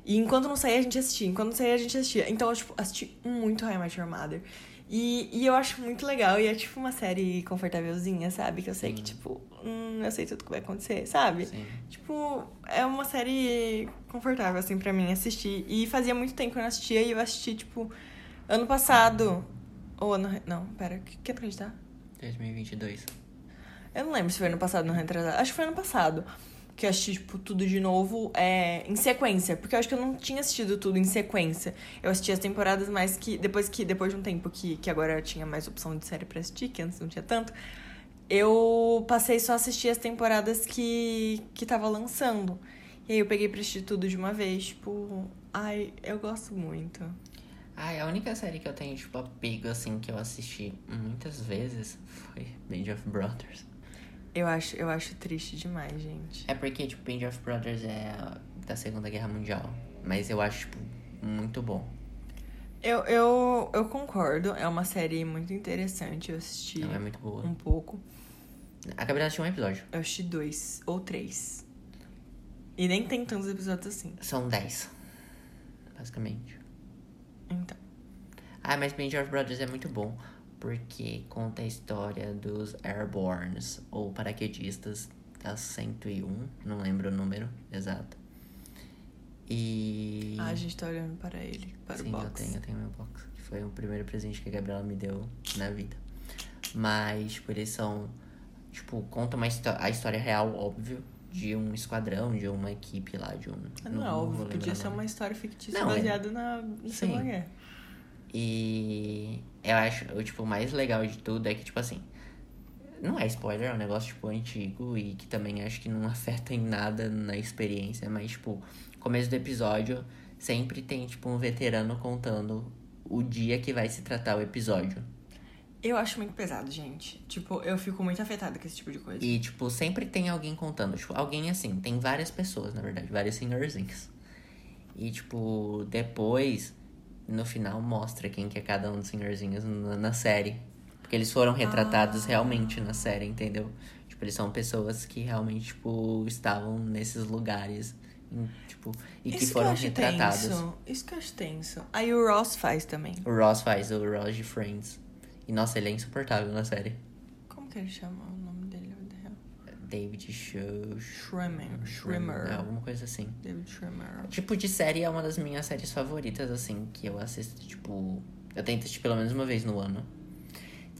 B: E enquanto não saía, a gente assistia. Enquanto não saía, a gente assistia. Então, eu, tipo, assisti muito High Match Your Mother. E, e eu acho muito legal. E é tipo uma série confortávelzinha, sabe? Que eu sei que, tipo, hum, eu sei tudo que vai acontecer, sabe?
A: Sim.
B: Tipo, é uma série confortável, assim, pra mim assistir. E fazia muito tempo que eu não assistia e eu assisti, tipo, ano passado. Ou ano. re- Não, pera, que, que ano que a gente tá?
A: 2022.
B: Eu não lembro se foi ano passado ou ano retrasado. Acho que foi ano passado. Que eu assisti, tipo, tudo de novo é, em sequência. Porque eu acho que eu não tinha assistido tudo em sequência. Eu assisti as temporadas mais que. Depois que depois de um tempo que, que agora eu tinha mais opção de série pra assistir, que antes não tinha tanto. Eu passei só a assistir as temporadas que, que tava lançando. E aí eu peguei pra assistir tudo de uma vez. Tipo, ai, eu gosto muito.
A: Ai, a única série que eu tenho, tipo, apego, assim, que eu assisti muitas vezes foi Band of Brothers.
B: Eu acho, eu acho triste demais, gente.
A: É porque, tipo, Band of Brothers é da Segunda Guerra Mundial. Mas eu acho, tipo, muito bom.
B: Eu, eu, eu concordo, é uma série muito interessante, eu assisti
A: Não é muito boa.
B: um pouco.
A: Acabei de assistir um episódio.
B: Eu assisti dois ou três. E nem tem tantos episódios assim.
A: São 10. Basicamente.
B: Então.
A: Ah, mas Band of Brothers é muito bom. Porque conta a história dos Airborns, ou paraquedistas é da 101, não lembro o número exato. E.
B: Ah, a gente tá olhando para ele, para
A: Sim,
B: o
A: eu
B: box.
A: tenho, eu tenho meu box. Que foi o primeiro presente que a Gabriela me deu na vida. Mas, tipo, eles são. Tipo, conta uma histó a história real, óbvio, de um esquadrão, de uma equipe lá, de um.
B: Ah, Não, é
A: vou
B: óbvio,
A: lembrar
B: podia
A: o
B: ser
A: nome.
B: uma história fictícia
A: Não, é.
B: baseada na na Segunda
A: Sim.
B: Guerra.
A: E eu acho, o tipo, mais legal de tudo é que, tipo assim, não é spoiler, é um negócio, tipo, antigo e que também acho que não afeta em nada na experiência, mas, tipo, começo do episódio sempre tem, tipo, um veterano contando o dia que vai se tratar o episódio.
B: Eu acho muito pesado, gente. Tipo, eu fico muito afetada com esse tipo de coisa.
A: E, tipo, sempre tem alguém contando. Tipo, alguém assim, tem várias pessoas, na verdade, vários senhorzinhos. E, tipo, depois, no final, mostra quem que é cada um dos senhorzinhos na, na série. Porque eles foram retratados
B: Ah.
A: realmente na série, entendeu? Tipo, eles são pessoas que realmente, tipo, estavam nesses lugares. em, tipo, e que
B: Isso
A: foram
B: eu acho
A: retratados.
B: tenso. Isso que eu acho tenso. Aí o Ross faz também.
A: O Ross faz o Ross de Friends. E, nossa, ele é insuportável na série.
B: Como que ele chama o nome dele? na vida real?
A: David Show.
B: Schremer.
A: É,
B: Schremer.
A: alguma coisa assim.
B: David Schremer.
A: Tipo de série é uma das minhas séries favoritas, assim, que eu assisto, tipo. Eu tento assistir pelo menos uma vez no ano.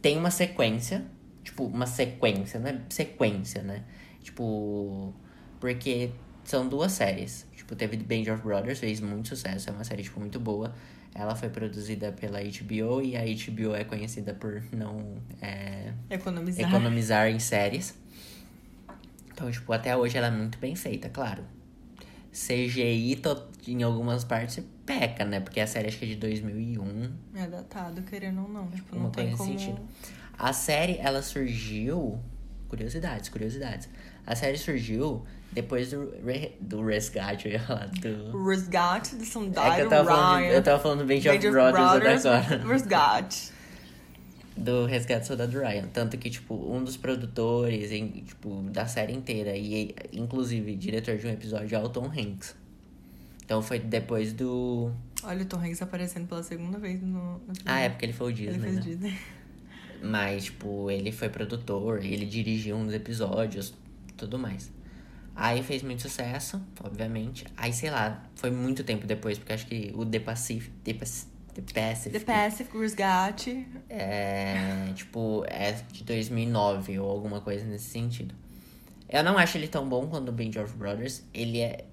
A: Tem uma sequência. Tipo, uma sequência, não é sequência, né? Tipo. Porque são duas séries. Tipo, teve The Band of Brothers, fez muito sucesso, é uma série, tipo, muito boa. Ela foi produzida pela HBO e a HBO é conhecida por não. é,
B: Economizar.
A: economizar em séries. Então, tipo, até hoje ela é muito bem feita, claro. CGI to- em algumas partes peca, né? Porque a série acho que é de 2001,
B: É datado, querendo ou não. Tipo, não
A: uma coisa
B: tem
A: nesse
B: como...
A: sentido. A série, ela surgiu... Curiosidades, curiosidades. A série surgiu depois do, re- do resgate, eu ia falar, do...
B: O resgate de Sundial
A: É que eu tava falando, de-
B: Hum, Ryan.
A: eu tava falando do Band
B: Band
A: of Brothers até agora.
B: Brothers, Resgate.
A: do Resgate do Soldado Ryan. Tanto que, tipo, um dos produtores em, tipo, da série inteira e, inclusive, diretor de um episódio é o Tom Hanks. Então foi depois do...
B: Olha o Tom Hanks aparecendo pela segunda vez no... no filme.
A: Ah, é porque ele foi o Disney,
B: Ele fez
A: né?
B: Disney.
A: Mas, tipo, ele foi produtor, ele dirigiu uns episódios, tudo mais. Aí fez muito sucesso, obviamente. Aí, sei lá, foi muito tempo depois, porque acho que o The Pacific... The, Pac- The Pacific...
B: The Pacific Resgate.
A: É, tipo, é de 2009 ou alguma coisa nesse sentido. Eu não acho ele tão bom quanto o Band of Brothers. Ele é.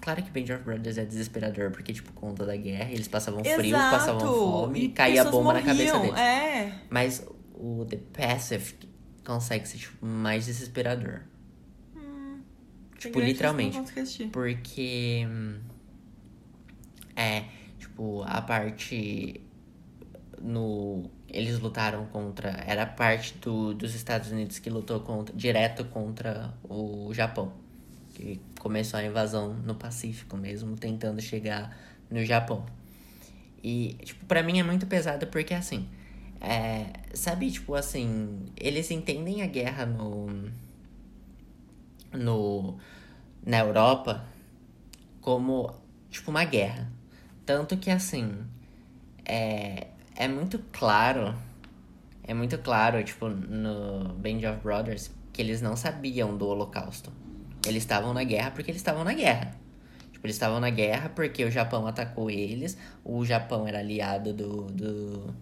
A: Claro que Band of Brothers é desesperador, porque, tipo, conta da guerra, eles passavam Um frio,
B: Exato.
A: passavam fome,
B: E
A: caía
B: pessoas
A: bomba na cabeça
B: morriam,
A: deles.
B: É.
A: Mas o The Pacific consegue ser, tipo, mais desesperador.
B: Tem
A: Tipo,
B: grande
A: literalmente.
B: chance que eu não consigo assistir.
A: Porque. hum, É, tipo, a parte. No. Eles lutaram contra. Era a parte do, dos Estados Unidos que lutou contra, direto contra o Japão. Que começou a invasão no Pacífico mesmo, tentando chegar no Japão. E, tipo, pra mim é muito pesado porque, assim. É, sabe, tipo, assim. Eles entendem a guerra no no, na Europa como tipo uma guerra. Tanto que assim, é, é muito claro. É muito claro, tipo, no Band of Brothers, que eles não sabiam do Holocausto. Eles estavam na guerra porque eles estavam na guerra. Tipo, eles estavam na guerra porque o Japão atacou eles, o Japão era aliado do. do,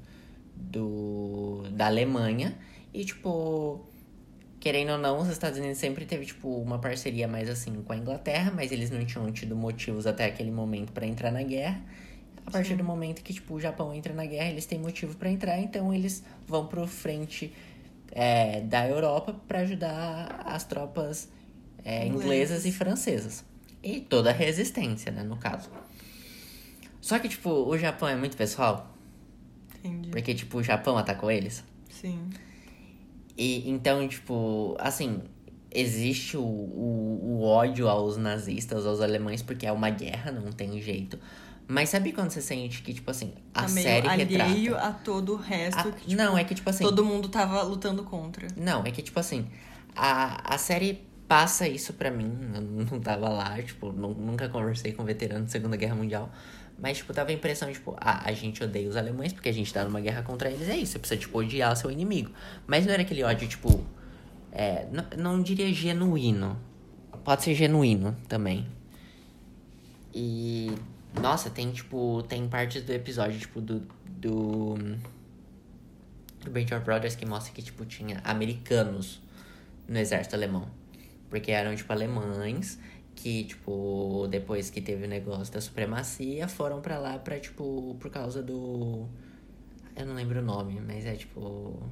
A: do da Alemanha, e tipo. Querendo ou não, os Estados Unidos sempre teve, tipo, uma parceria mais assim com a Inglaterra, mas eles não tinham tido motivos até aquele momento para entrar na guerra. A partir do momento que, tipo, o Japão entra na guerra, eles têm motivo para entrar, então eles vão pro frente é, da Europa para ajudar as tropas é, inglesas e francesas. E toda a resistência, né, no caso. Só que, tipo, o Japão é muito pessoal,
B: Entendi.
A: porque, tipo, o Japão atacou eles.
B: Sim.
A: E então, tipo, assim, existe o, o, o ódio aos nazistas, aos alemães, porque é uma guerra, não tem jeito. Mas sabe quando você sente que, tipo assim, a
B: tá meio
A: série
B: alheio
A: retrata.
B: a todo o resto
A: A-
B: que, tipo,
A: não, é que, tipo assim.
B: todo mundo tava lutando contra.
A: Não, é que, tipo assim, a, a série passa isso pra mim. Eu não tava lá, tipo, nu- nunca conversei com veterano da Segunda Guerra Mundial. Mas, tipo, tava a impressão, tipo, ah, a gente odeia os alemães porque a gente tá numa guerra contra eles. É isso, você precisa, tipo, odiar seu inimigo. Mas não era aquele ódio, tipo, é, n- não diria genuíno. Pode ser genuíno também. E, nossa, tem, tipo, tem partes do episódio, tipo, do... do do Band of Brothers que mostra que, tipo, tinha americanos no exército alemão. Porque eram, tipo, alemães que, tipo, depois que teve o negócio da supremacia, foram pra lá pra, tipo, por causa do... Eu não lembro o nome, mas é, tipo...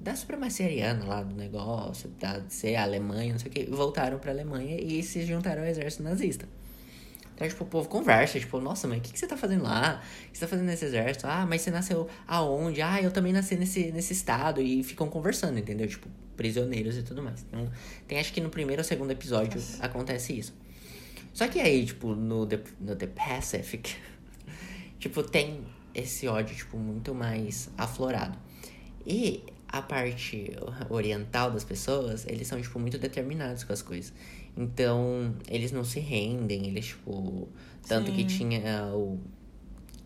A: Da supremacia ariana lá do negócio, da de ser Alemanha, não sei o que. Voltaram pra Alemanha e se juntaram ao exército nazista. Então, tipo, o povo conversa, tipo, nossa, mas o que, que você tá fazendo lá? O que você tá fazendo nesse exército? Ah, mas você nasceu aonde? Ah, eu também nasci nesse, nesse estado. E ficam conversando, entendeu? Tipo, prisioneiros e tudo mais. Então, tem acho que no primeiro ou segundo episódio acontece isso. Só que aí, tipo, no The, no The Pacific, tipo, tem esse ódio, tipo, muito mais aflorado. E a parte oriental das pessoas, eles são, tipo, muito determinados com as coisas. Então, eles não se rendem, eles, tipo... Tanto que tinha eh, o...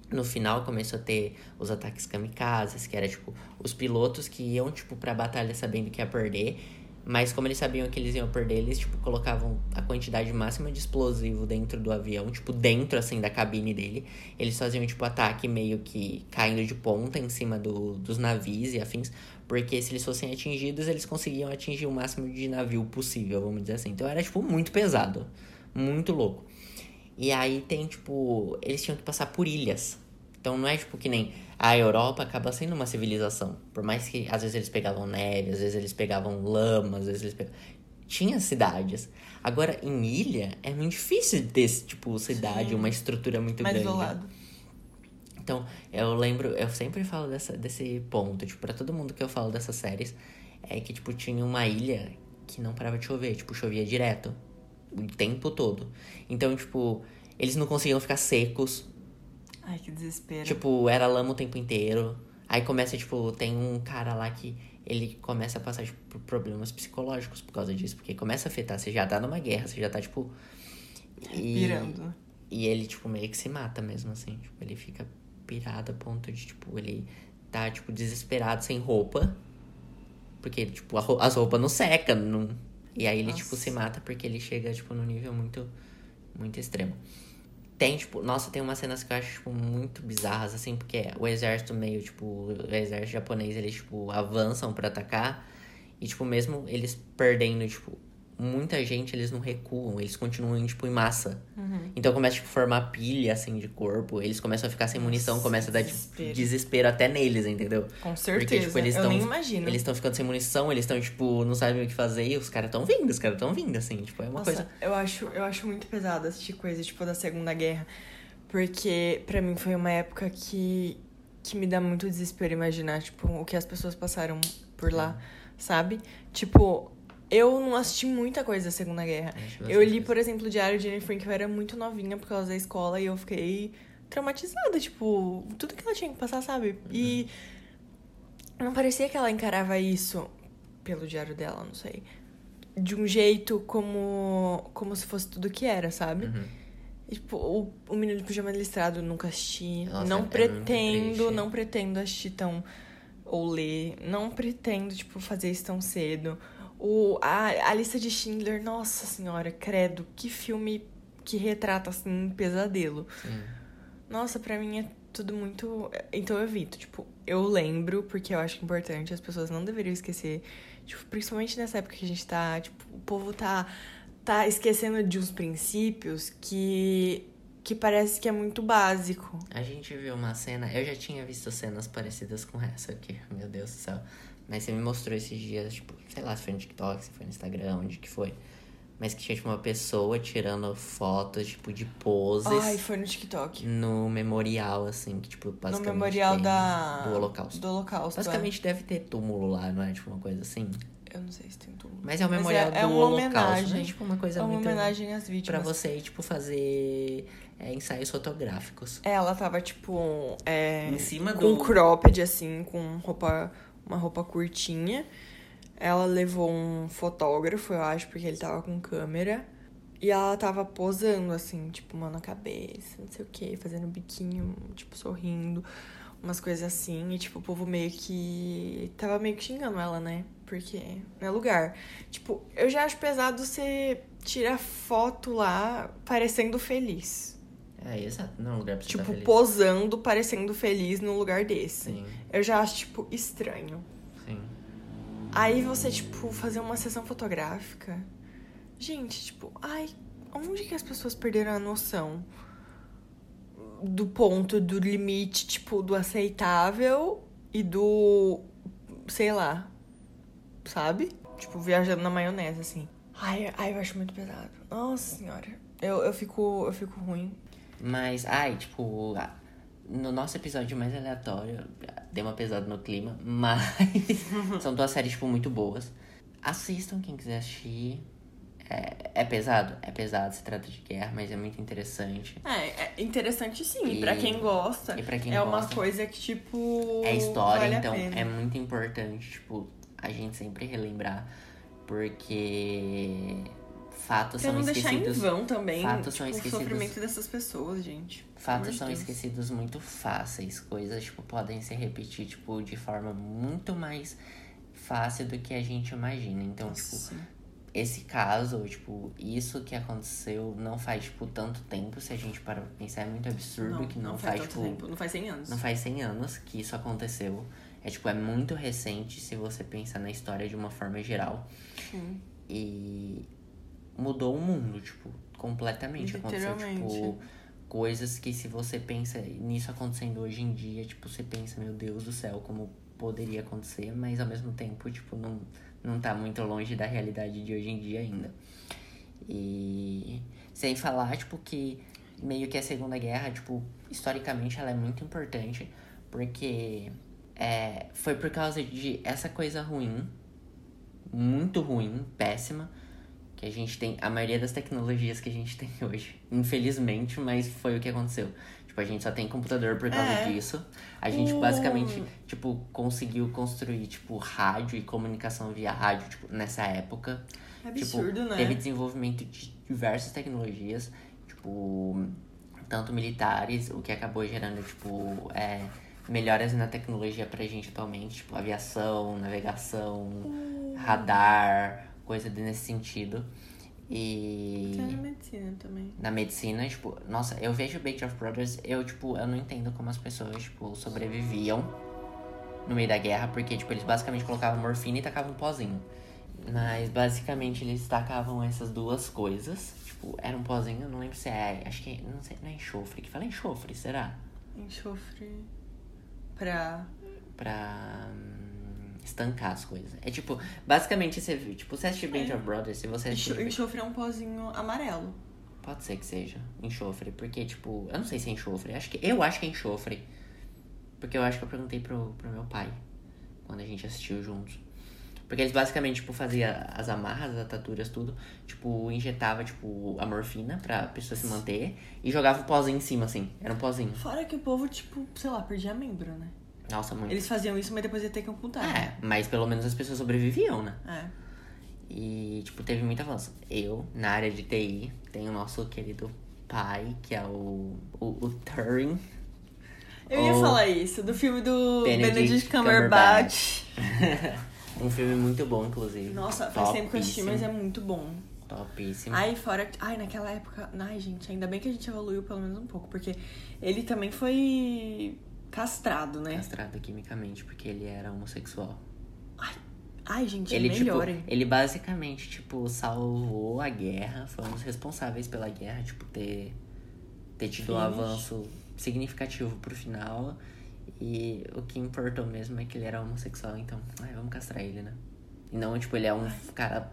A: No final começou a ter os ataques kamikazes, que era, tipo, os pilotos que iam, tipo, pra batalha sabendo que ia perder. Mas como eles sabiam que eles iam perder, eles, tipo, colocavam a quantidade máxima de explosivo dentro do avião. Tipo, dentro, assim, da cabine dele. Eles faziam, tipo, ataque meio que caindo de ponta em cima do, dos navios e afins. Porque se eles fossem atingidos, eles conseguiam atingir o máximo de navio possível, vamos dizer assim. Então era, tipo, muito pesado. Muito louco. E aí tem, tipo, eles tinham que passar por ilhas. Então não é tipo que nem a Europa acaba sendo uma civilização. Por mais que às vezes eles pegavam neve, às vezes eles pegavam lama, às vezes eles pegavam. Tinha cidades. Agora, em ilha, é muito difícil ter, tipo, cidade, uma estrutura muito
B: mais
A: grande.
B: isolado.
A: Então, eu lembro, eu sempre falo dessa, desse ponto, tipo, pra todo mundo que eu falo dessas séries, é que, tipo, tinha uma ilha que não parava de chover, tipo, chovia direto, o tempo todo. Então, tipo, eles não conseguiam ficar secos,
B: Ai, que desespero.
A: tipo, era lama o tempo inteiro. Aí começa, tipo, tem um cara lá que ele começa a passar, tipo, por problemas psicológicos por causa disso, porque começa a afetar, você já tá numa guerra, você já tá, tipo... e-
B: pirando.
A: e ele, tipo, meio que se mata mesmo, assim. Tipo, ele fica pirado a ponto de, tipo, ele tá, tipo, desesperado, sem roupa. Porque, tipo, a ro- as roupas não seca não... E aí ele, tipo,
B: Nossa.
A: se mata porque ele chega, tipo, num nível muito, muito extremo. Tem, tipo, nossa, tem umas cenas que eu acho, tipo, muito bizarras, assim, porque o exército meio, tipo, o exército japonês, eles, tipo, avançam pra atacar. E, tipo, mesmo eles perdendo, tipo, muita gente, eles não recuam, eles continuam, tipo, em massa.
B: Uhum.
A: Então começa, tipo, a formar pilha, assim, de corpo. Eles começam a ficar sem munição,
B: Nossa,
A: começa a dar, tipo,
B: desespero.
A: desespero até neles, entendeu?
B: Com certeza.
A: Porque, tipo, eles
B: eu
A: tão-
B: nem imagino.
A: Eles estão ficando sem munição, eles estão, tipo, não sabem o que fazer. E os caras estão vindo, os caras estão vindo, assim. Tipo, é uma
B: Nossa,
A: coisa...
B: eu acho, eu acho muito pesado assistir coisa, tipo, da Segunda Guerra. Porque pra mim foi uma época que, que me dá muito desespero imaginar, tipo, o que as pessoas passaram por lá, sabe? Tipo, eu não assisti muita coisa da Segunda Guerra.
A: Acho
B: Eu
A: bastante
B: li,
A: isso.
B: por exemplo, o Diário de Anne Frank, eu era muito novinha por causa da escola e eu fiquei traumatizada, tipo, tudo que ela tinha que passar, sabe? E
A: Uhum.
B: não parecia que ela encarava isso pelo diário dela, não sei. De um jeito como como se fosse tudo que era, sabe?
A: Uhum.
B: Tipo, o, o Menino de Pijama Listrado eu nunca assisti.
A: Nossa, é
B: não
A: muito
B: pretendo,
A: triste.
B: não pretendo assistir tão. ou ler. Não pretendo, tipo, fazer isso tão cedo. O, a, a lista de Schindler, nossa senhora, credo, que filme que retrata, assim, um pesadelo.
A: Sim.
B: Nossa, pra mim é tudo muito. Então eu evito, tipo, eu lembro, porque eu acho importante, as pessoas não deveriam esquecer. Tipo, principalmente nessa época que a gente tá, tipo, o povo tá, tá esquecendo de uns princípios que. que parece que é muito básico.
A: A gente viu uma cena, eu já tinha visto cenas parecidas com essa aqui, meu Deus do céu. Mas você me mostrou esses dias, tipo, sei lá se foi no TikTok, se foi no Instagram, onde que foi. Mas que tinha tipo, uma pessoa tirando fotos, tipo, de poses
B: Ai, foi no TikTok.
A: no memorial, assim, que, tipo,
B: No
A: basicamente.
B: memorial
A: tem
B: da.
A: Do Holocausto.
B: Do Holocausto. é.
A: Basicamente deve ter túmulo lá, não é? Tipo, uma coisa assim.
B: Eu não sei se tem tudo.
A: Mas é o
B: Mas
A: memorial
B: é- é
A: do
B: uma
A: Holocausto. Não
B: homenagem.
A: é tipo uma coisa
B: É uma
A: muito.
B: homenagem às
A: Pra
B: vítimas.
A: você, tipo, fazer é, ensaios fotográficos.
B: É, Ela tava, tipo, é,
A: Em cima
B: com
A: do-
B: cropped, assim, com roupa, uma roupa curtinha. Ela levou um fotógrafo, eu acho, porque ele tava com câmera. E ela tava posando, assim, tipo, mão na cabeça, não sei o que, fazendo biquinho, tipo, sorrindo, umas coisas assim. E, tipo, o povo meio que. Tava meio que xingando ela, né? Porque não é lugar. Tipo, eu já acho pesado você tirar foto lá parecendo feliz.
A: É, exato. Não é um lugar pra você tá
B: Tipo,
A: feliz.
B: posando, parecendo feliz num lugar desse.
A: Sim,
B: Eu já acho, tipo, estranho.
A: sim.
B: Aí você, tipo, fazer uma sessão fotográfica. Gente, tipo, ai, onde que as pessoas perderam a noção do ponto, do limite, tipo, do aceitável e do. sei lá. Sabe? Tipo, viajando na maionese, assim. Ai, ai eu acho muito pesado. Nossa senhora. Eu, eu, fico, eu fico ruim.
A: Mas, ai, tipo, a- no nosso episódio mais aleatório, deu uma pesada no clima, mas são duas séries, tipo, muito boas. Assistam quem quiser assistir. É, é pesado? É pesado, se trata de guerra, mas é muito interessante.
B: É, é interessante sim, e...
A: E-
B: pra quem gosta.
A: E pra quem
B: é
A: gosta,
B: uma coisa que, tipo.
A: é história,
B: vale a
A: então
B: pena.
A: é muito importante, tipo, a gente sempre relembrar, porque fatos
B: Pra
A: são
B: não deixar em
A: esquecidos.
B: vão também
A: Fatos são
B: tipo, o
A: esquecidos.
B: sofrimento dessas pessoas, gente. Pelo amor
A: Fatos
B: de
A: são
B: Deus.
A: esquecidos muito fáceis, coisas tipo podem se repetir tipo de forma muito mais fácil do que a gente imagina. Então, tipo,
B: Nossa.
A: esse caso, ou, tipo, isso que aconteceu não faz tipo tanto tempo, se a gente para pra pensar é muito absurdo que não, faz,
B: tanto
A: tipo,
B: tempo. Não faz 100 anos.
A: não faz 100 anos que isso aconteceu. É tipo, é muito recente se você pensar na história de uma forma geral
B: Sim.
A: e mudou o mundo, tipo, completamente. Aconteceu, tipo,
B: Literalmente.
A: coisas que se você pensa nisso acontecendo hoje em dia, tipo, você pensa, meu Deus do céu, como poderia acontecer, mas ao mesmo tempo, tipo, não, não tá muito longe da realidade de hoje em dia ainda. E sem falar, tipo, que meio que a Segunda Guerra, tipo, historicamente ela é muito importante, porque é, foi por causa de essa coisa ruim, muito ruim, péssima, que a gente tem, a maioria das tecnologias que a gente tem hoje, infelizmente, mas foi o que aconteceu. Tipo, a gente só tem computador por causa
B: É.
A: disso. A gente
B: O-
A: basicamente, tipo, conseguiu construir, tipo, rádio e comunicação via rádio, tipo, nessa época.
B: É absurdo,
A: tipo,
B: né?
A: Teve desenvolvimento de diversas tecnologias, tipo, tanto militares, o que acabou gerando, tipo, é, melhoras na tecnologia pra gente atualmente, tipo, aviação, navegação,
B: Hum.
A: radar, coisa nesse sentido. E
B: Até na medicina também.
A: na medicina, tipo, nossa, eu vejo Band of Brothers, eu, tipo, eu não entendo como as pessoas, tipo, sobreviviam no meio da guerra, porque, tipo, eles basicamente colocavam morfina e tacavam um pozinho. Mas, basicamente, eles tacavam essas duas coisas. Tipo, era um pozinho, eu não lembro se é, acho que, não sei, não é enxofre, que fala enxofre, será?
B: Enxofre. Pra.
A: Pra hum, estancar as coisas. É tipo, basicamente, você viu, tipo, você assiste Band of Brothers, se você assistir...
B: Enxo- Enxofre é um pozinho amarelo.
A: Pode ser que seja enxofre, porque, tipo, eu não sei se é enxofre. Acho que, eu acho que é enxofre. Porque eu acho que eu perguntei pro, pro meu pai quando a gente assistiu juntos. Porque eles basicamente, tipo, faziam as amarras, as ataduras, tudo. Tipo, injetava, tipo, a morfina pra pessoa se manter. E jogava o pozinho em cima, assim. Era um pozinho.
B: Fora que o povo, tipo, sei lá, perdia membro, né?
A: Nossa, muito.
B: Eles faziam isso, mas depois ia ter que amputar.
A: É, mas pelo menos as pessoas sobreviviam, né?
B: É.
A: E, tipo, teve muito avanço. Eu, na área de TI, tenho o nosso querido pai, que é o, o, o Turing.
B: Eu ia
A: Ou-
B: falar isso, do filme do
A: Benedict
B: Benedict,
A: Cumberbatch.
B: Cumberbatch.
A: um filme muito bom, inclusive.
B: Nossa, faz tempo que eu assisti, mas é muito bom.
A: Topíssimo.
B: Ai, fora. que- Ai, naquela época. Ai, gente, ainda bem que a gente evoluiu pelo menos um pouco, porque ele também foi castrado, né?
A: Castrado quimicamente, porque ele era homossexual.
B: Ai, gente, é
A: Ele, tipo,
B: melhorem.
A: ele basicamente, tipo, salvou a guerra, foi um dos responsáveis pela guerra, tipo, ter, ter tido um
B: Finish.
A: avanço significativo pro final. E o que importou mesmo é que ele era homossexual, então, ai, vamos castrar ele, né? E não, tipo, ele é um cara.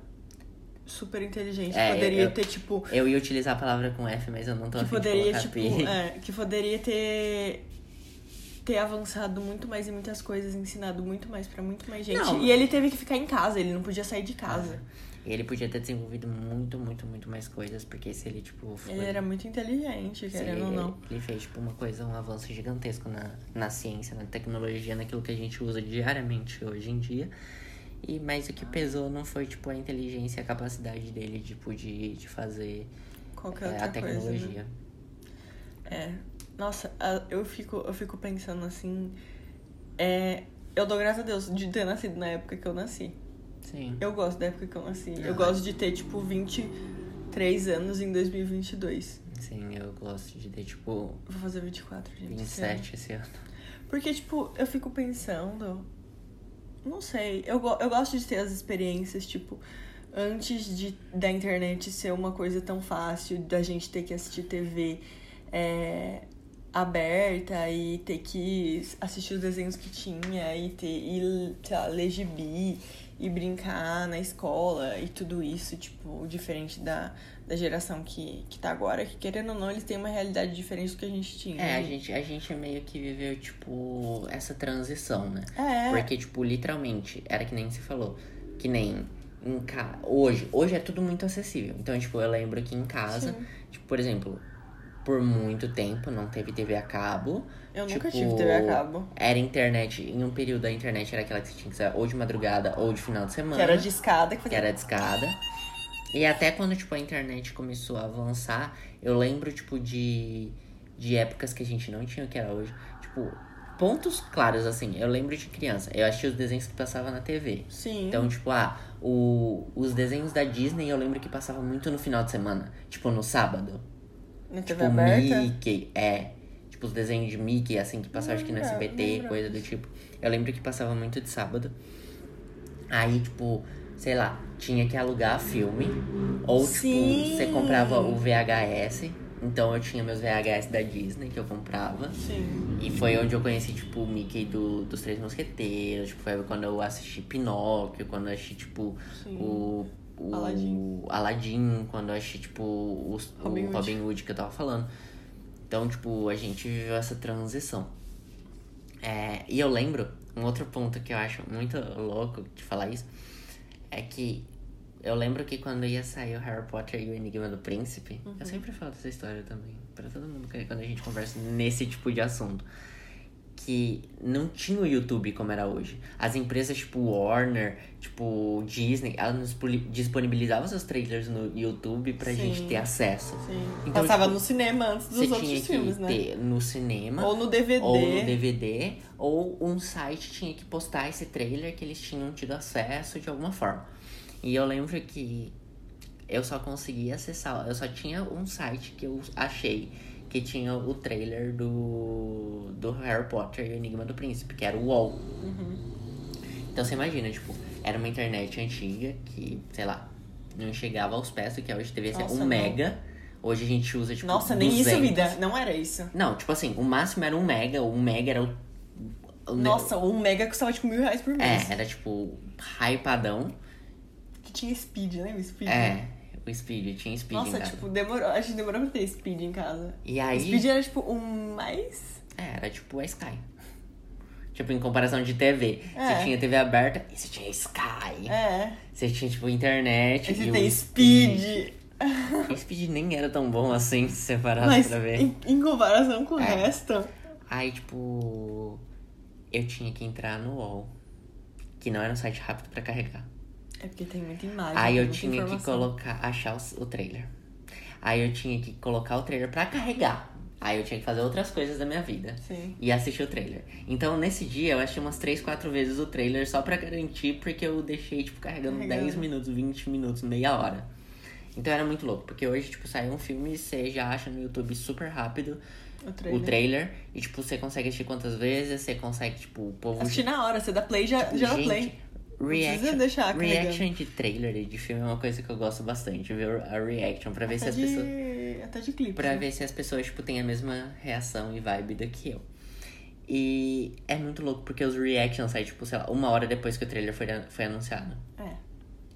B: Super inteligente.
A: É,
B: poderia
A: eu-
B: ter, tipo.
A: Eu ia utilizar a palavra com F, mas eu não tô
B: Que
A: afim de
B: poderia,
A: colocar
B: tipo.
A: pi.
B: é, que poderia ter. Ter avançado muito mais em muitas coisas, ensinado muito mais pra muito mais gente.
A: Não.
B: E ele teve que ficar em casa, ele não podia sair de casa.
A: Ele podia ter desenvolvido muito, muito, muito mais coisas, porque se ele, tipo, foi.
B: Ele era muito inteligente,
A: se
B: querendo ou
A: ele,
B: não.
A: ele fez, tipo, uma coisa, um avanço gigantesco na, na ciência, na tecnologia, naquilo que a gente usa diariamente hoje em dia. E, mas o que pesou não foi, tipo, a inteligência, a capacidade dele, tipo, de, de fazer
B: Qualquer outra
A: é, a
B: coisa. né?
A: tecnologia.
B: É. Nossa, a- eu fico, eu fico pensando assim. É, eu dou graças a Deus de ter nascido na época que eu nasci.
A: Sim.
B: Eu gosto da época que eu nasci.
A: Ah.
B: Eu gosto de ter, tipo, 23 anos em 2022.
A: Sim, eu gosto de ter, tipo,
B: Vou fazer 24, gente. esse ano.
A: 27 esse ano.
B: Porque, tipo, eu fico pensando. Não sei. Eu, go- eu gosto de ter as experiências, tipo, antes de, da internet ser uma coisa tão fácil, da gente ter que assistir TV é, aberta e ter que assistir os desenhos que tinha e ter, e, sei lá, ler gibi e brincar na escola e tudo isso, tipo, diferente da, da geração que, que tá agora, que querendo ou não, eles têm uma realidade diferente do que a gente tinha.
A: É, a gente, a gente meio que viveu, tipo, essa transição, né?
B: É.
A: Porque, tipo, literalmente, era que nem você falou. Que nem em ca... hoje. Hoje é tudo muito acessível. Então, tipo, eu lembro que em casa,
B: Sim.
A: tipo, por exemplo, por muito tempo não teve TV a cabo.
B: Eu nunca
A: Tipo,
B: tive TV a cabo.
A: Era internet. Em um período a internet era aquela que você tinha que sair ou de madrugada ou de final de semana.
B: Que era de escada, que
A: que
B: fazia...
A: né? era de escada. E até quando, tipo, a internet começou a avançar, eu lembro, tipo, de, de épocas que a gente não tinha o que era hoje. Tipo, pontos claros, assim. Eu lembro de criança. Eu achei os desenhos que passava na TV.
B: Sim.
A: Então, tipo, ah, o, os desenhos da Disney eu lembro que passava muito no final de semana. Tipo, no sábado.
B: na TV
A: Tipo,
B: aberta.
A: Mickey, é. Tipo, os desenhos de Mickey, assim, que passava acho que no
B: Lembra-
A: SBT,
B: lembra.
A: coisa do tipo. Eu lembro que passava muito de sábado. Aí, tipo, sei lá, tinha que alugar filme. Ou, tipo,
B: Sim.
A: você comprava o VHS. Então eu tinha meus VHS da Disney que eu comprava.
B: Sim.
A: E foi onde eu conheci, tipo, o Mickey do, dos Três Mosqueteiros. Tipo, foi quando eu assisti Pinóquio, quando eu assisti, tipo,
B: Sim.
A: o. O
B: Aladdin.
A: Aladdin, quando eu achei, tipo, o, o Robin,
B: Robin
A: Hood.
B: Hood.
A: que eu tava falando. Então, tipo, a gente viveu essa transição. É, e eu lembro, um outro ponto que eu acho muito louco de falar isso, é que eu lembro que quando ia sair o Harry Potter e o Enigma do Príncipe,
B: Uhum.
A: eu sempre falo dessa história também, pra todo mundo que- quando a gente conversa nesse tipo de assunto. Que não tinha o YouTube como era hoje. As empresas tipo Warner, tipo Disney, elas nos poli- disponibilizavam seus trailers no YouTube pra
B: Sim.
A: gente ter acesso.
B: Sim.
A: Então,
B: Passava
A: tipo,
B: no cinema antes dos
A: Você
B: outros
A: tinha que
B: filmes, né?
A: ter no cinema
B: Ou no DVD.
A: ou um no DVD, ou um site tinha que postar esse trailer que eles tinham tido acesso de alguma forma. E eu lembro que eu só conseguia acessar, eu só tinha um site que eu achei que tinha o trailer do, do Harry Potter e o Enigma do Príncipe, que era o UOL.
B: Uhum.
A: Então você imagina, tipo, era uma internet antiga que, sei lá, não chegava aos pés do que hoje devia ser
B: Nossa,
A: um
B: não.
A: mega. Hoje a gente usa, tipo,
B: Nossa, nem isso,
A: 200.
B: vida. Não era isso.
A: Não, tipo assim, o máximo era um mega, o mega era o. o ne-
B: Nossa, o Mega custava tipo mil reais por mês.
A: É, era tipo hypadão.
B: Que tinha Speed, né? O Speed.
A: É, o Speed, tinha Speed em
B: Nossa,
A: casa.
B: tipo, demorou. A gente demorou pra ter Speed em casa.
A: E
B: O
A: aí.
B: Speed era tipo um mais.
A: É, era tipo a Sky. Tipo, em comparação de TV.
B: É.
A: Você tinha TV aberta e você tinha Sky.
B: É.
A: Você tinha, um tipo, internet.
B: Esse
A: e o
B: tem Speed.
A: O Speed nem era tão bom assim, se separado
B: Mas
A: pra ver.
B: em, em comparação com o
A: É.
B: resto.
A: Aí, tipo. Eu tinha que entrar no UOL. Que não era um site rápido pra carregar.
B: É porque tem muita imagem.
A: Aí
B: tem
A: eu
B: muita
A: tinha que
B: informação.
A: colocar, achar o, o trailer. Aí eu tinha que colocar o trailer pra carregar. Aí eu tinha que fazer outras coisas da minha vida.
B: Sim.
A: E assistir o trailer. Então nesse dia eu achei umas 3, 4 vezes o trailer só pra garantir, porque eu deixei, tipo, carregando
B: Carregando.
A: 10 minutos, 20 minutos, meia hora. Então era muito louco, porque hoje, tipo, saiu um filme e você já acha no YouTube super rápido
B: O trailer.
A: o trailer. E, tipo, você consegue assistir quantas vezes, você consegue, tipo, o povo.
B: Assistir na hora, você dá play já, já dá
A: Tipo, Gente,
B: play.
A: Reaction,
B: precisa deixar carregando.
A: reaction de trailer e de filme é uma coisa que eu gosto bastante, ver a reaction, pra ver se
B: Até
A: as
B: de,
A: pessoas.
B: até de clipe.
A: Pra
B: né?
A: ver se as pessoas, tipo, têm a mesma reação e vibe da que eu. E é muito louco, porque os reactions saem, tipo, sei lá, uma hora depois que o trailer foi, foi anunciado.
B: É.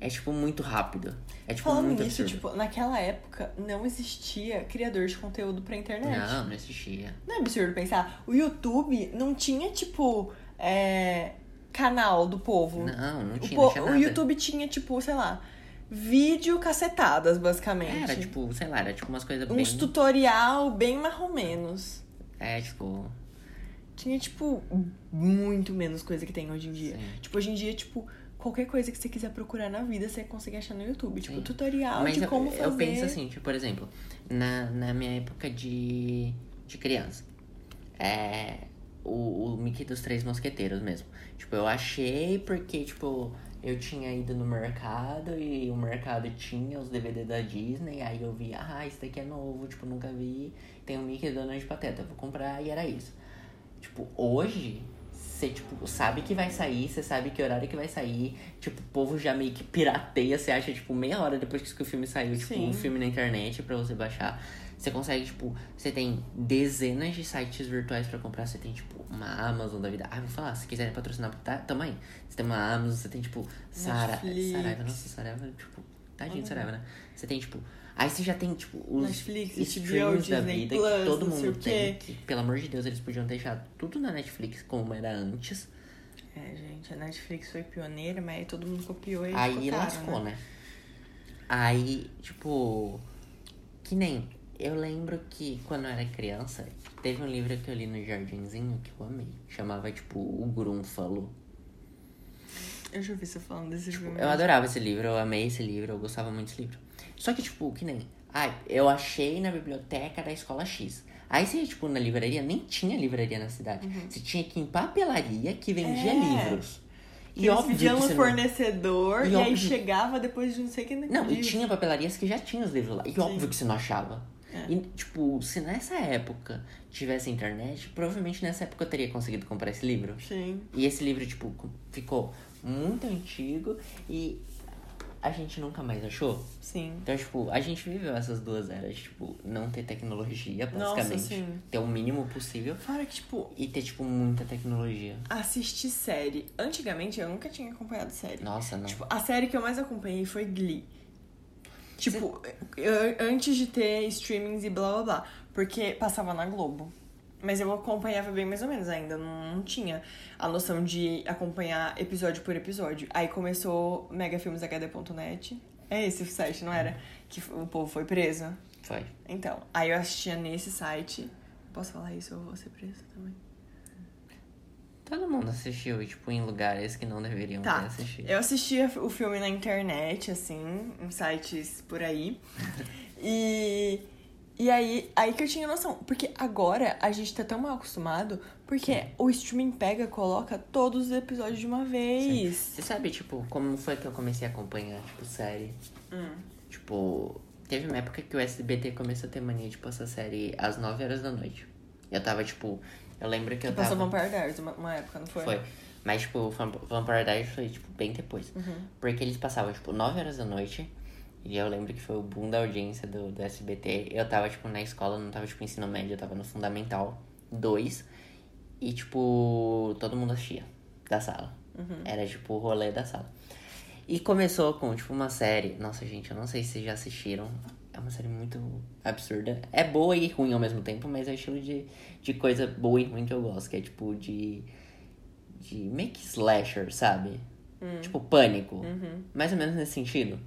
A: É, tipo, muito rápido. É, tipo,
B: Falando
A: muito
B: nisso,
A: absurdo.
B: tipo, naquela época não existia criador de conteúdo pra internet.
A: Não, não existia.
B: Não é absurdo pensar. O YouTube não tinha, tipo, é, canal do povo.
A: Não, não
B: o,
A: tinha,
B: po-
A: não tinha
B: o
A: nada.
B: YouTube tinha, tipo, sei lá, vídeo cacetadas, basicamente.
A: Era, tipo, sei lá, era tipo umas coisas bem...
B: Uns tutorial bem marromenos.
A: É, tipo...
B: Tinha, tipo, muito menos coisa que tem hoje em dia.
A: Sim.
B: Tipo, hoje em dia, tipo, qualquer coisa que você quiser procurar na vida, você consegue achar no YouTube. Tipo,
A: Sim.
B: tutorial
A: Mas
B: de
A: eu,
B: como fazer.
A: eu penso assim, tipo, por exemplo, na, na minha época de, de criança, é, o, o Mickey dos Três Mosqueteiros mesmo. Tipo, eu achei porque, tipo, eu tinha ido no mercado e o mercado tinha os DVD da Disney, aí eu vi, ah, isso daqui é novo, tipo, nunca vi, tem o Mickey e Donald de Pateta, vou comprar e era isso. Tipo, hoje, você tipo, sabe que vai sair, você sabe que horário que vai sair. Tipo, o povo já meio que pirateia, você acha, tipo, meia hora depois que o filme saiu, tipo,
B: Sim.
A: um filme na internet pra você baixar. Você consegue, tipo, você tem dezenas de sites virtuais pra comprar. Você tem, tipo, uma Amazon da vida. Ah, vou falar, se quiserem patrocinar, tá, tamo aí. Você tem uma Amazon, você tem, tipo, Sara,
B: Netflix.
A: Saraiva. Nossa, Saraiva, tipo, tadinho de Saraiva, né? Você tem, tipo, aí você já tem, tipo, os
B: Netflix, HBO,
A: streams da
B: Disney
A: vida
B: Plus,
A: que todo
B: não sei
A: mundo
B: o
A: tem.
B: quê.
A: Que, pelo amor de Deus, eles podiam deixar tudo na Netflix como era antes. assim.
B: É, gente, a Netflix foi pioneira, mas aí todo mundo copiou e
A: aí
B: ficou caro,
A: lascou, né? Aí, tipo, que nem. Eu lembro que quando eu era criança, teve um livro que eu li no jardinzinho que eu amei. Chamava, tipo, O Grunfalo.
B: Eu já ouvi você falando desse filme.
A: né? Tipo, Eu adorava esse livro, eu amei esse livro, eu gostava muito desse livro. Só que, tipo, que nem. Ai, eu achei na biblioteca da escola X. Aí você ia, tipo, na livraria, nem tinha livraria na cidade. Você tinha que ir em papelaria que vendia
B: Uhum. É.
A: livros.
B: Que
A: E
B: eles
A: óbvio que
B: pediam no
A: você não...
B: fornecedor
A: E
B: e, aí
A: óbvio-
B: chegava depois de não sei que
A: Não, e
B: dias.
A: tinha papelarias que já tinham os livros lá. E óbvio que você não achava.
B: É.
A: E, tipo, se nessa época tivesse internet, provavelmente nessa época eu teria conseguido comprar esse livro.
B: Sim.
A: E esse livro, tipo, co- ficou muito antigo e a gente nunca mais achou.
B: Sim.
A: Então, tipo, a gente viveu essas duas eras, tipo, não ter tecnologia,
B: Nossa,
A: basicamente.
B: sim.
A: ter o mínimo possível
B: Fora que, tipo,
A: e ter, tipo, muita tecnologia.
B: assistir série. Antigamente eu nunca tinha acompanhado série.
A: Nossa, não.
B: Tipo, a série que eu mais acompanhei foi Glee. Tipo, eu- antes de ter streamings e blá blá blá. Porque passava na Globo. Mas eu acompanhava bem mais ou menos ainda. Não, não tinha a noção de acompanhar episódio por episódio. Aí começou megafilmeshd.net. É esse o site, não era? Que o povo foi preso.
A: Foi.
B: Então, aí eu assistia nesse site. Posso falar isso? Eu vou ser presa também.
A: Todo mundo assistiu, e, tipo, em lugares que não deveriam
B: Tá.
A: ter assistido.
B: Eu assistia o filme na internet, assim, em sites por aí. e. E aí, aí que eu tinha noção. Porque agora a gente tá tão mal acostumado, porque o streaming pega, coloca todos os episódios de uma vez.
A: Você sabe, tipo, como foi que eu comecei a acompanhar, tipo, série?
B: Hum.
A: Tipo, teve uma época que o SBT começou a ter mania de passar série às 9 horas da noite. Eu tava, tipo, eu lembro que eu
B: Passou
A: tava.
B: Vampire Diaries uma, uma época, não foi?
A: Foi. Mas, tipo, Vamp- Vampire Diaries foi, tipo, bem depois.
B: Uhum.
A: Porque eles passavam, tipo, 9 horas da noite. E eu lembro que foi o boom da audiência do, do SBT. Eu tava, tipo, na escola, não tava, tipo, ensino médio, eu tava no Fundamental 2. E, tipo, todo mundo assistia da sala.
B: Uhum.
A: Era, tipo, o rolê da sala. E começou com, tipo, uma série. Nossa, gente, eu não sei se vocês já assistiram. É uma série muito absurda. É boa e ruim ao mesmo tempo, mas é o estilo de, de coisa boa e ruim que eu gosto. Que é, tipo, de de meio que slasher, sabe? Tipo pânico.
B: Hum. Uhum.
A: Mais ou menos nesse sentido.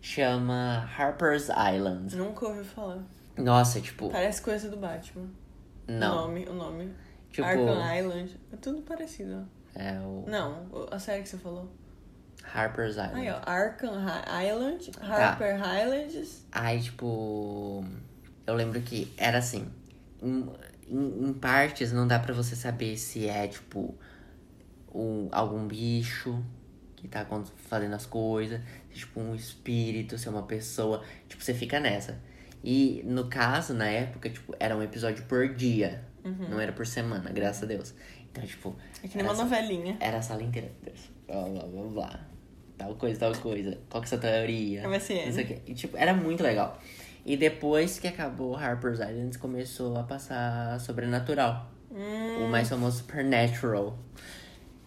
A: Chama Harper's Island.
B: Nunca ouvi falar.
A: Nossa, tipo,
B: Parece coisa do Batman. O
A: não.
B: nome, o nome.
A: Tipo,
B: Arkham Island. É tudo parecido.
A: é o
B: Não, a série que você falou.
A: Harper's
B: Aí,
A: Island.
B: ó, Arkham Hi- Island,
A: Tá.
B: Harper Highlands.
A: Aí, tipo, eu lembro que era assim. Em, em- em partes não dá pra você saber se é, tipo, um, algum bicho que tá acon- fazendo as coisas, se, tipo, um espírito, se é uma pessoa. Tipo, você fica nessa. E no caso, na época, tipo, era um episódio por dia. Não era por semana, graças a Deus. Então, tipo.
B: Uhum. É que nem uma
A: era
B: novelinha.
A: era a sala inteira. Blá, blá, blá, blá. Tal coisa, tal coisa. Qual que é a sua teoria?
B: MSN.
A: Não sei o quê. E, tipo, era muito legal. E depois que acabou Harper's Island, começou a passar Sobrenatural. O mais famoso Supernatural.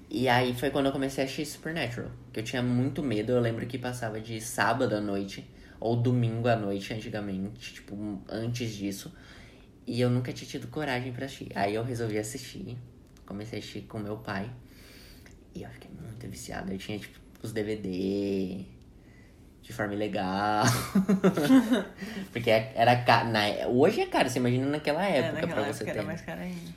A: E aí foi quando eu comecei a assistir Supernatural. Que eu tinha muito medo. Eu lembro que passava de sábado à noite. Ou domingo à noite, antigamente. Tipo, antes disso. E eu nunca tinha tido coragem pra assistir. Aí eu resolvi assistir. Comecei a assistir com meu pai. E eu fiquei muito viciado. Eu tinha, tipo, os DVD de forma ilegal. Porque é, era caro. Hoje é caro, você imagina naquela
B: É,
A: época pra
B: naquela
A: você
B: época era
A: ter.
B: mais cara ainda.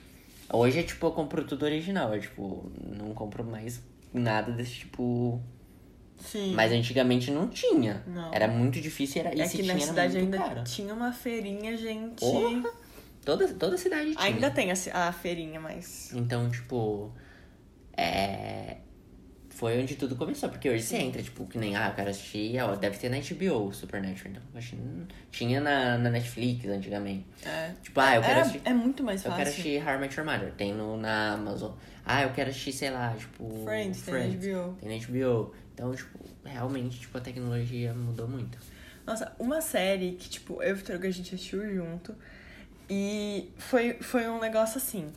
A: Hoje é tipo, eu compro tudo original. Eu, tipo, não compro mais nada desse tipo.
B: Sim.
A: Mas antigamente não tinha.
B: Uhum. Não.
A: Era muito difícil era, e
B: é
A: se
B: que
A: tinha
B: na cidade
A: era
B: ainda
A: muito caro.
B: tinha uma feirinha, gente.
A: Porra! Toda, toda cidade tinha.
B: Ainda tem a, ci- a feirinha, mas.
A: Então, tipo, é... foi onde tudo começou. Porque hoje você entra, tipo, que nem, ah, eu quero assistir, ó, deve ter na HBO o Supernatural. Então, acho que não- tinha na, na Netflix antigamente.
B: É.
A: Tipo, ah, eu quero
B: Era-
A: assistir...
B: é muito mais
A: Eu
B: fácil.
A: quero assistir How I Met Your Mother, tem no, na Amazon. Ah, eu quero assistir, sei lá, tipo...
B: Friends, tem na HBO.
A: Tem na HBO. Então, tipo, realmente, tipo, a tecnologia mudou muito.
B: Nossa, uma série que, tipo, eu e o Vitor Hugo, a gente assistiu junto. E foi, foi um negócio assim.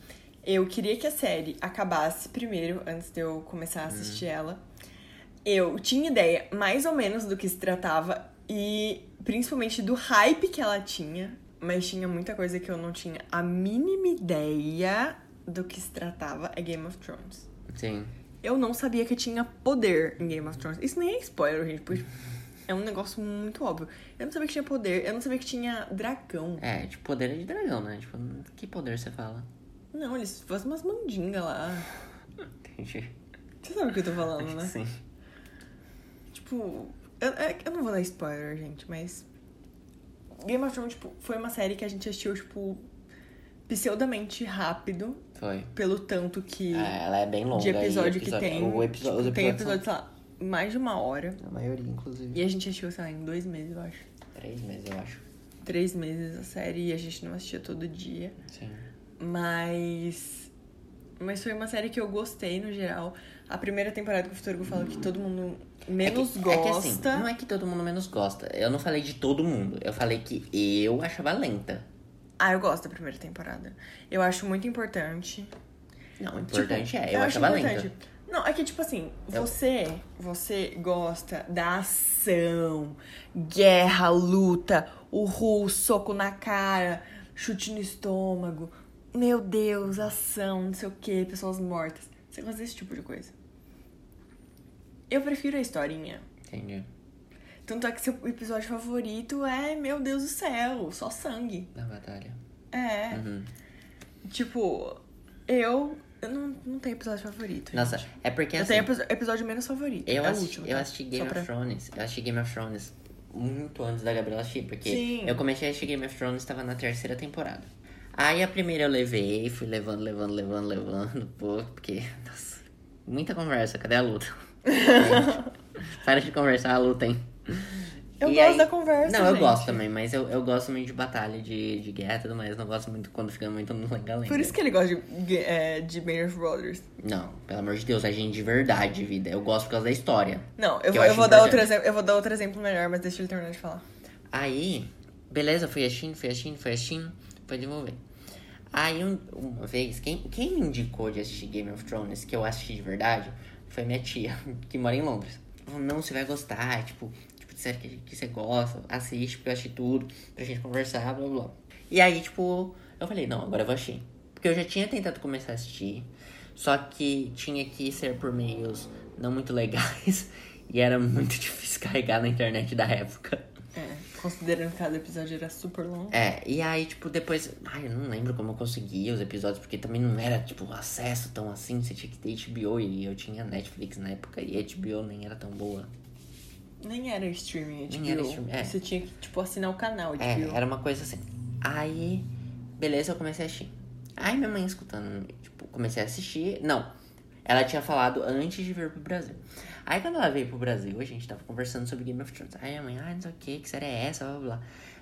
B: Eu queria que a série acabasse primeiro, antes de eu começar a assistir ela. Eu tinha ideia mais ou menos do que se tratava e principalmente do hype que ela tinha, mas tinha muita coisa que eu não tinha a mínima ideia do que se tratava é Game of Thrones.
A: Sim.
B: Eu não sabia que tinha poder em Game of Thrones. Isso nem é spoiler, gente, porque é um negócio muito óbvio. Eu não sabia que tinha poder, eu não sabia que tinha dragão.
A: É, tipo, poder é de dragão, né? Tipo, que poder você fala?
B: Não, eles fazem umas mandingas lá.
A: Entendi.
B: Você sabe o que eu tô falando,
A: Acho que
B: Então, né?
A: Sim.
B: Tipo, eu, é que eu não vou dar spoiler, gente, mas. Game of Thrones, tipo, foi uma série que a gente assistiu, tipo, pseudamente rápido,
A: Foi.
B: pelo tanto que.
A: Ah, ela é bem longa.
B: de
A: e
B: episódio, que tem.
A: O episo-
B: tipo,
A: os episódios
B: tem
A: são-
B: episódio, sei lá, mais de uma hora.
A: A maioria, inclusive.
B: E a gente assistiu, sei lá, em dois meses, eu acho.
A: Três meses, eu acho.
B: três meses a série e a gente não assistia todo dia.
A: Sim.
B: Mas. Mas foi uma série que eu gostei no geral. A primeira temporada que o Vitor Hugo fala que todo mundo menos
A: é que, é que assim,
B: gosta.
A: não é que todo mundo menos gosta. Eu não falei de todo mundo. Eu falei que eu achava lenta.
B: Ah, eu gosto da primeira temporada. Eu acho muito importante.
A: Não, o importante
B: Tipo,
A: é, eu, achava lenta.
B: Não, é que tipo assim,
A: Eu-
B: você, você gosta da ação, guerra, luta, o Ru, soco na cara, chute no estômago. Meu Deus, ação, não sei o que, pessoas mortas. Você gosta desse tipo de coisa. Eu prefiro a historinha.
A: Entendi.
B: Tanto é que seu episódio favorito é, meu Deus do céu, só sangue.
A: Na batalha.
B: É.
A: Uhum.
B: Tipo, eu, eu não, não tenho episódio favorito.
A: Nossa,
B: gente.
A: é porque
B: eu
A: assim.
B: tenho episo- episódio menos favorito.
A: Eu,
B: é o
A: assisti,
B: último.
A: eu
B: tá?
A: assisti Game
B: Só
A: of Thrones. Eu assisti Game of Thrones muito antes da Gabriela assistir, porque
B: Sim.
A: eu comecei a assistir Game of Thrones estava na terceira temporada. Aí a primeira eu levei, fui levando, levando, levando, levando, pô, porque. Nossa, muita conversa, cadê a luta? Gente, Para de conversar, a luta, hein?
B: Eu
A: E
B: gosto da conversa,
A: Não, eu
B: gente.
A: gosto também, mas eu, eu gosto muito de batalha, de, de guerra e tudo mais. Não gosto muito quando fica muito no lenga-lenga.
B: Por isso que ele gosta de, é, de Band of Brothers.
A: Não, pelo amor de Deus, é gente de verdade, vida. Eu gosto por causa da história.
B: Não, eu,
A: Que
B: vou, eu,
A: acho
B: vou dar outro
A: importante.
B: exemplo, eu vou dar outro exemplo melhor, mas deixa ele terminar de falar.
A: Aí, beleza, fui assistindo, fui assistindo, fui assistindo, foi devolver. Aí, um- uma vez, quem, quem me indicou de assistir Game of Thrones, que eu assisti de verdade, foi minha tia, que mora em Londres. Ela Falou, não, você vai gostar, tipo, tipo sério que, que você gosta, assiste, porque eu assisti tudo, pra gente conversar, blá, blá, blá. E aí, tipo, eu falei, não, agora eu vou assistir. Porque eu já tinha tentado começar a assistir, só que tinha que ser por meios não muito legais, e era muito difícil carregar na internet da época.
B: É. Considerando que cada episódio era super longo.
A: É, e aí, tipo, depois. Ai, eu não lembro como eu conseguia os episódios, porque também não era, tipo, acesso tão assim. Você tinha que ter HBO e eu tinha Netflix na época e HBO nem era tão boa.
B: Nem era streaming,
A: Nem
B: HBO.
A: era streaming, é.
B: Você tinha que, tipo, assinar o canal, HBO.
A: É, era uma coisa assim. Aí, beleza, eu comecei a assistir. Aí minha mãe escutando, tipo, comecei a assistir. Não, ela tinha falado antes de vir pro Brasil. Aí quando ela veio pro Brasil, a gente tava conversando sobre Game of Thrones. Aí minha mãe, ah, não sei o que, que série é essa, blá blá blá.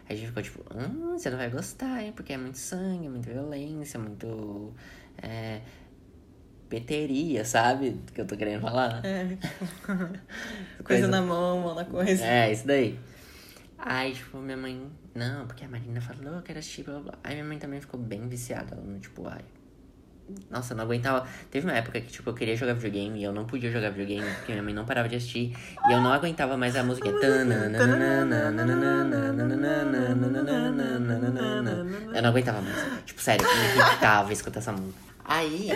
A: Aí a gente ficou tipo, hum, você não vai gostar, hein? Porque é muito sangue, muita violência, muito. É, peteria, sabe? Que eu tô querendo falar.
B: É. coisa na mão, mão na coisa.
A: É, isso daí. Aí, tipo, minha mãe. Não, porque a Marina falou que era assistir, blá, blá. blá." Aí minha mãe também ficou bem viciada. Ela, não, tipo, ai. Nossa, eu não aguentava. Teve uma época que, tipo, eu queria jogar videogame e eu não podia jogar videogame porque minha mãe não parava de assistir. E eu não aguentava mais a música. Eu não aguentava mais. Tipo, sério, eu me irritava escutar essa música. Aí,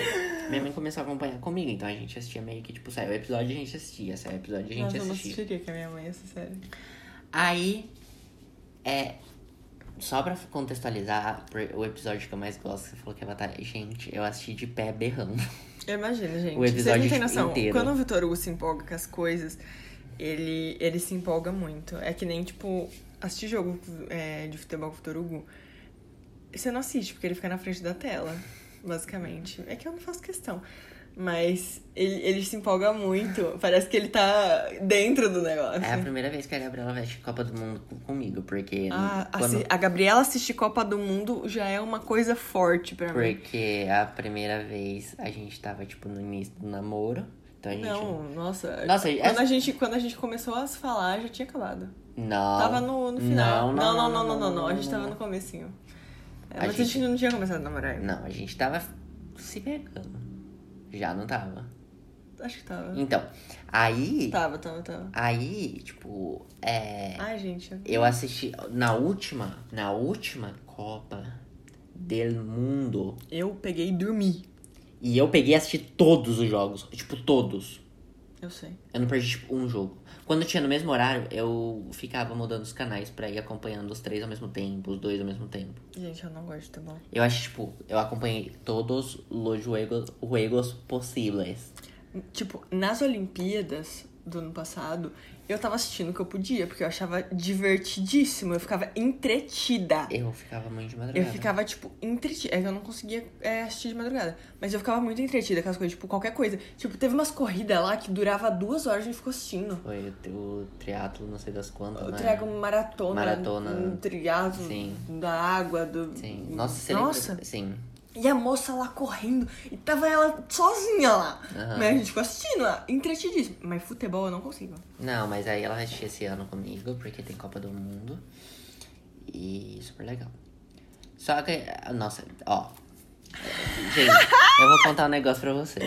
A: minha mãe começou a acompanhar comigo. Então a gente assistia meio que, tipo, saiu o episódio e a gente assistia. Saiu o episódio e a gente
B: Nossa, eu não
A: assistia.
B: assistiria com a minha mãe essa série.
A: Aí, é. Só pra contextualizar por- o episódio que eu mais gosto, você falou que é Batalha. Gente, eu assisti de pé berrando.
B: Eu imagino, gente.
A: O episódio
B: Vocês não têm noção.
A: inteiro.
B: Quando o Vitor Hugo se empolga com as coisas, ele, ele se empolga muito. É que nem, tipo, assistir jogo é, de futebol com o Vitor Hugo, você não assiste, porque ele fica na frente da tela, basicamente. É que eu não faço questão. Mas ele, ele se empolga muito. Parece que ele tá dentro do negócio.
A: É a primeira vez que a Gabriela vai assistir Copa do Mundo com- comigo, porque.
B: Ah,
A: quando-
B: assi- a Gabriela assistir Copa do Mundo já é uma coisa forte pra mim.
A: Porque a primeira vez a gente tava, tipo, no início do namoro. Então a gente.
B: Não, nossa.
A: Nossa,
B: quando,
A: essa-
B: a gente, quando a gente começou a se falar, já tinha acabado.
A: Não.
B: Tava no, no final.
A: Não, não, não,
B: não, não, não, não, A gente
A: não,
B: tava
A: não.
B: no comecinho. É,
A: A
B: mas a gente
A: gente-
B: não tinha começado a namorar ainda.
A: Não, a gente tava se pegando. Já não tava.
B: Acho que tava.
A: Então, aí.
B: Tava, tava, tava.
A: Aí, tipo, é.
B: Ai, gente. eu-
A: Eu assisti na última, na última Copa del Mundo.
B: Eu peguei e dormi.
A: E eu peguei e assisti todos os jogos, tipo todos.
B: Eu sei.
A: Eu não perdi tipo um jogo. Quando tinha no mesmo horário, eu ficava mudando os canais pra ir acompanhando os três ao mesmo tempo, os dois ao mesmo tempo.
B: Gente, eu não gosto tá de futebol.
A: Eu acho tipo, eu acompanhei todos os juegos, juegos possíveis.
B: Tipo, nas Olimpíadas do ano passado, eu tava assistindo o que eu podia, porque eu achava divertidíssimo. Eu ficava entretida.
A: Eu ficava muito de madrugada.
B: Eu ficava, tipo, entretida. É que eu não conseguia é, assistir de madrugada. Mas eu ficava muito entretida com as coisas, tipo, qualquer coisa. Tipo, teve umas corridas lá que durava duas horas e a gente ficou assistindo.
A: Foi o, o triatlo, não sei das quantas,
B: Eu
A: né?
B: trago maratona.
A: Maratona.
B: Um triato
A: Sim.
B: da água, do.
A: Sim. Nossa, você
B: Nossa.
A: lembra? Sim.
B: E a moça lá correndo. E tava ela sozinha lá.
A: Aham.
B: Mas a gente ficou assistindo lá, entretidíssimo. Mas futebol eu não consigo.
A: Não, mas aí ela vai assistir esse ano comigo, porque tem Copa do Mundo. E super legal. Só que, ah, nossa, ó. Gente, eu vou contar um negócio pra vocês.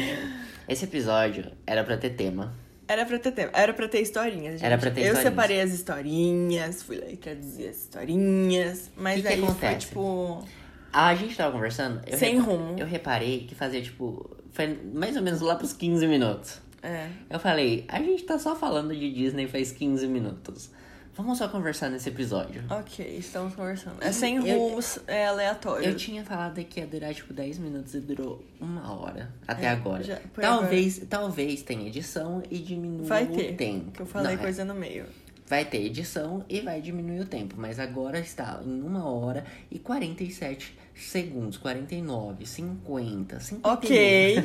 A: Esse episódio era pra ter tema.
B: Era pra ter tempo, era pra ter historinhas, gente.
A: Era pra ter
B: Eu
A: historinhas.
B: separei as historinhas, fui lá e traduzi as historinhas. Mas
A: Que que
B: aí foi
A: acontece?
B: tipo.
A: A gente tava conversando. eu
B: Sem
A: repa-
B: rumo.
A: Eu reparei que fazia tipo. Foi mais ou menos lá pros 15 minutos.
B: É.
A: Eu falei, a gente tá só falando de Disney faz 15 minutos. Vamos só conversar nesse episódio.
B: Ok, estamos conversando. É sem
A: Eu-
B: rumos, é aleatório.
A: Eu tinha falado que ia durar tipo 10 minutos e durou uma hora até agora.
B: É, já- por
A: talvez, talvez tenha edição e diminua
B: Vai ter.
A: o tempo.
B: Que eu falei
A: Não, é.
B: coisa no meio.
A: Vai ter edição e vai diminuir o tempo, mas agora está em uma hora e 47 segundos, 49, 50, 51.
B: Ok.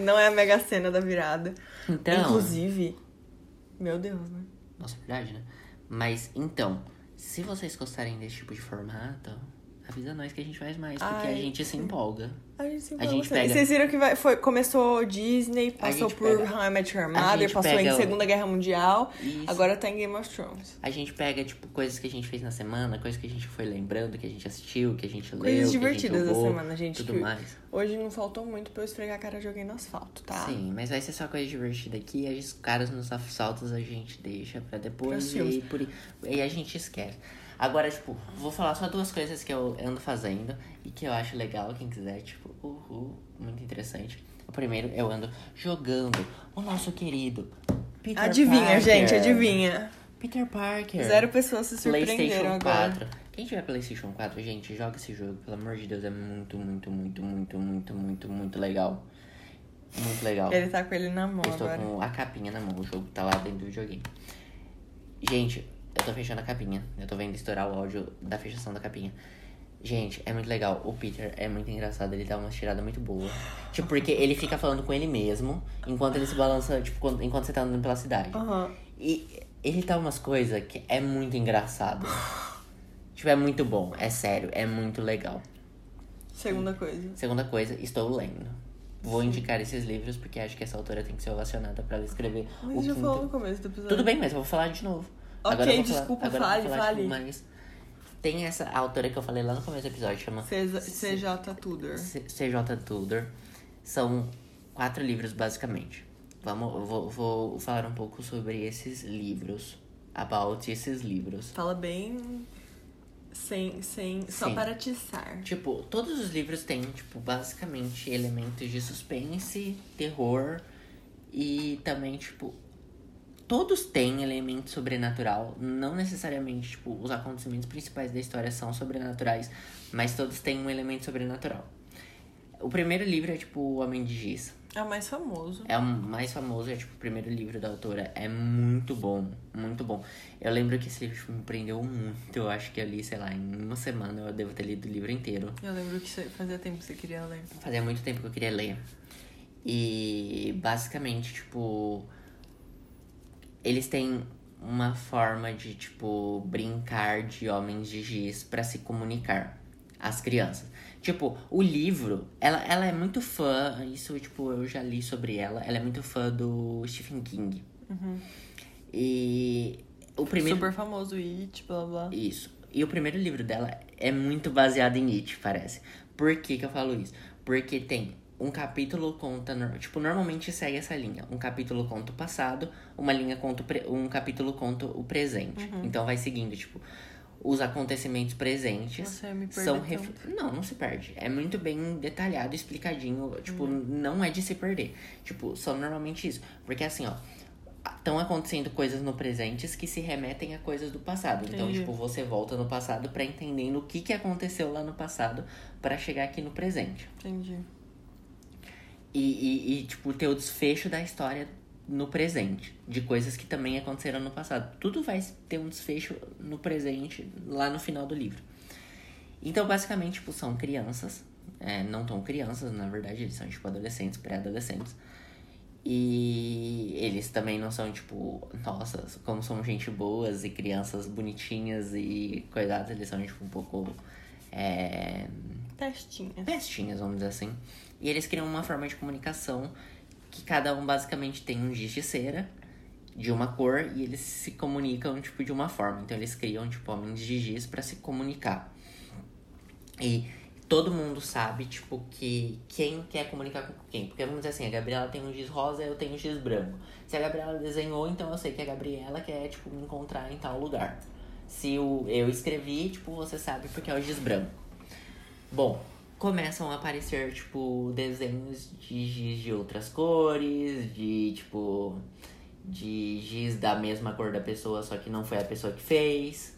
B: Não é a mega cena da virada.
A: Então,
B: Inclusive, meu Deus, né?
A: nossa, verdade, né? Mas então, se vocês gostarem desse tipo de formato, avisa nós que a gente faz mais, porque a
B: Ai,
A: gente se empolga.
B: A gente se
A: A gente
B: empolga.
A: pega-
B: Vocês viram que vai- foi, começou Disney, passou
A: gente
B: por
A: pega-
B: How I Met Your
A: a
B: Mother,
A: gente
B: passou em
A: pega o-
B: Segunda Guerra Mundial,
A: Isso.
B: agora tá em Game of Thrones.
A: A gente pega, tipo, coisas que a gente fez na semana, coisas que a gente foi lembrando, que a gente assistiu, que a gente leu,
B: Coisas
A: que a
B: divertidas
A: gente
B: da
A: jogou,
B: semana, gente.
A: tudo
B: que
A: mais.
B: Hoje não faltou muito pra eu esfregar a cara de alguém no asfalto, tá?
A: Sim, mas vai ser só coisa divertida aqui, aí os caras nos assaltos a gente deixa pra
B: Pros
A: depois e
B: filmes.
A: aí, por... e a gente esquece. Agora, tipo, vou falar só duas coisas que eu ando fazendo e que eu acho legal, quem quiser, tipo, uhul, muito interessante. O primeiro, eu ando jogando o nosso querido Peter
B: Adivinha,
A: Parker.
B: gente, adivinha.
A: Peter Parker.
B: Zero pessoas se surpreenderam
A: PlayStation
B: agora.
A: 4. Quem tiver PlayStation 4, gente, joga esse jogo, pelo amor de Deus, é muito, muito, muito, muito, muito, muito, muito legal. Muito legal.
B: Ele tá com ele na mão
A: Eu estou
B: agora.
A: com a capinha na mão, o jogo tá lá dentro do videogame. Gente, eu tô fechando a capinha. Eu tô vendo estourar o áudio da fechação da capinha. Gente, é muito legal. O Peter é muito engraçado, ele dá uma tirada muito boa. Tipo, porque ele fica falando com ele mesmo, enquanto ele se balança, tipo, quando- enquanto você tá andando pela cidade.
B: Aham.
A: E ele tá umas coisas que é muito engraçado. tipo, é muito bom, é sério, é muito legal.
B: Segunda coisa.
A: Segunda coisa, estou lendo. Vou indicar esses livros porque acho que essa autora tem que ser ovacionada pra ela escrever o
B: Mas já
A: quinto.
B: falou no começo do episódio.
A: Tudo bem, mas eu vou falar de novo.
B: Ok,
A: Agora eu vou
B: desculpa,
A: falar, agora eu vou
B: fale,
A: falar, tipo,
B: fale.
A: Mas tem essa autora que eu falei lá no começo do episódio, chama
B: CZ CJ Tudor.
A: C- CJ Tudor. São quatro livros, basicamente. Vamos, eu vou, vou falar um pouco sobre esses livros. About esses livros.
B: Fala bem sem, sem só
A: Sim.
B: para atiçar.
A: Tipo, todos os livros têm, tipo, basicamente elementos de suspense, terror e também, tipo, todos têm elemento sobrenatural. Não necessariamente, tipo, os acontecimentos principais da história são sobrenaturais, mas todos têm um elemento sobrenatural. O primeiro livro é, tipo, O Homem de Giz.
B: É o mais famoso.
A: É o mais famoso, é tipo o primeiro livro da autora. É muito bom, muito bom. Eu lembro que esse livro tipo, me prendeu muito. Eu acho que eu li, sei lá, em uma semana eu devo ter lido o livro inteiro.
B: Eu lembro que você- fazia tempo que você queria ler.
A: Fazia muito tempo que eu queria ler. E basicamente, tipo. Eles têm uma forma de, tipo, brincar de homens de giz pra se comunicar às crianças. Tipo, o livro, ela, ela é muito fã, isso, tipo, eu já li sobre ela, ela é muito fã do Stephen King. E o primeiro.
B: Super famoso It, blá blá.
A: Isso. E o primeiro livro dela é muito baseado em It, parece. Por que, que eu falo isso? Porque tem um capítulo conta. nor- Tipo, normalmente segue essa linha. Um capítulo conta o passado, uma linha conta o pre- um capítulo conta o presente.
B: Uhum.
A: Então vai seguindo, tipo, os acontecimentos presentes
B: Nossa, eu me perdi
A: são
B: tanto.
A: ref- Não, não se perde. É muito bem detalhado, explicadinho. Tipo, não é de se perder. Tipo, são normalmente isso. Porque assim, ó. Estão acontecendo coisas no presente que se remetem a coisas do passado. Então,
B: Entendi.
A: tipo, você volta no passado pra entendendo o que, que aconteceu lá no passado pra chegar aqui no presente.
B: Entendi.
A: E, e- e, tipo, ter o desfecho da história no presente. De coisas que também aconteceram no passado. Tudo vai ter um desfecho no presente, lá no final do livro. Então, basicamente, tipo, são crianças. é, não tão crianças, na verdade, eles são, tipo, adolescentes, pré-adolescentes. E eles também não são, tipo, nossa, como são gente boas e crianças bonitinhas e coisadas, eles são, tipo, um pouco. é,
B: Testinha.
A: pestinhas, vamos dizer assim. E eles criam uma forma de comunicação que cada um basicamente tem um giz de cera de uma cor e eles se comunicam tipo de uma forma. Então eles criam tipo homens de giz pra se comunicar. E todo mundo sabe tipo que quem quer comunicar com quem, porque vamos dizer assim, a Gabriela tem um giz rosa, eu tenho um giz branco. Se a Gabriela desenhou, então eu sei que a Gabriela quer tipo me encontrar em tal lugar. Se o, eu escrevi, tipo, você sabe porque é o giz branco. Bom, começam a aparecer, tipo, desenhos de giz de outras cores, de, tipo, de giz da mesma cor da pessoa, só que não foi a pessoa que fez.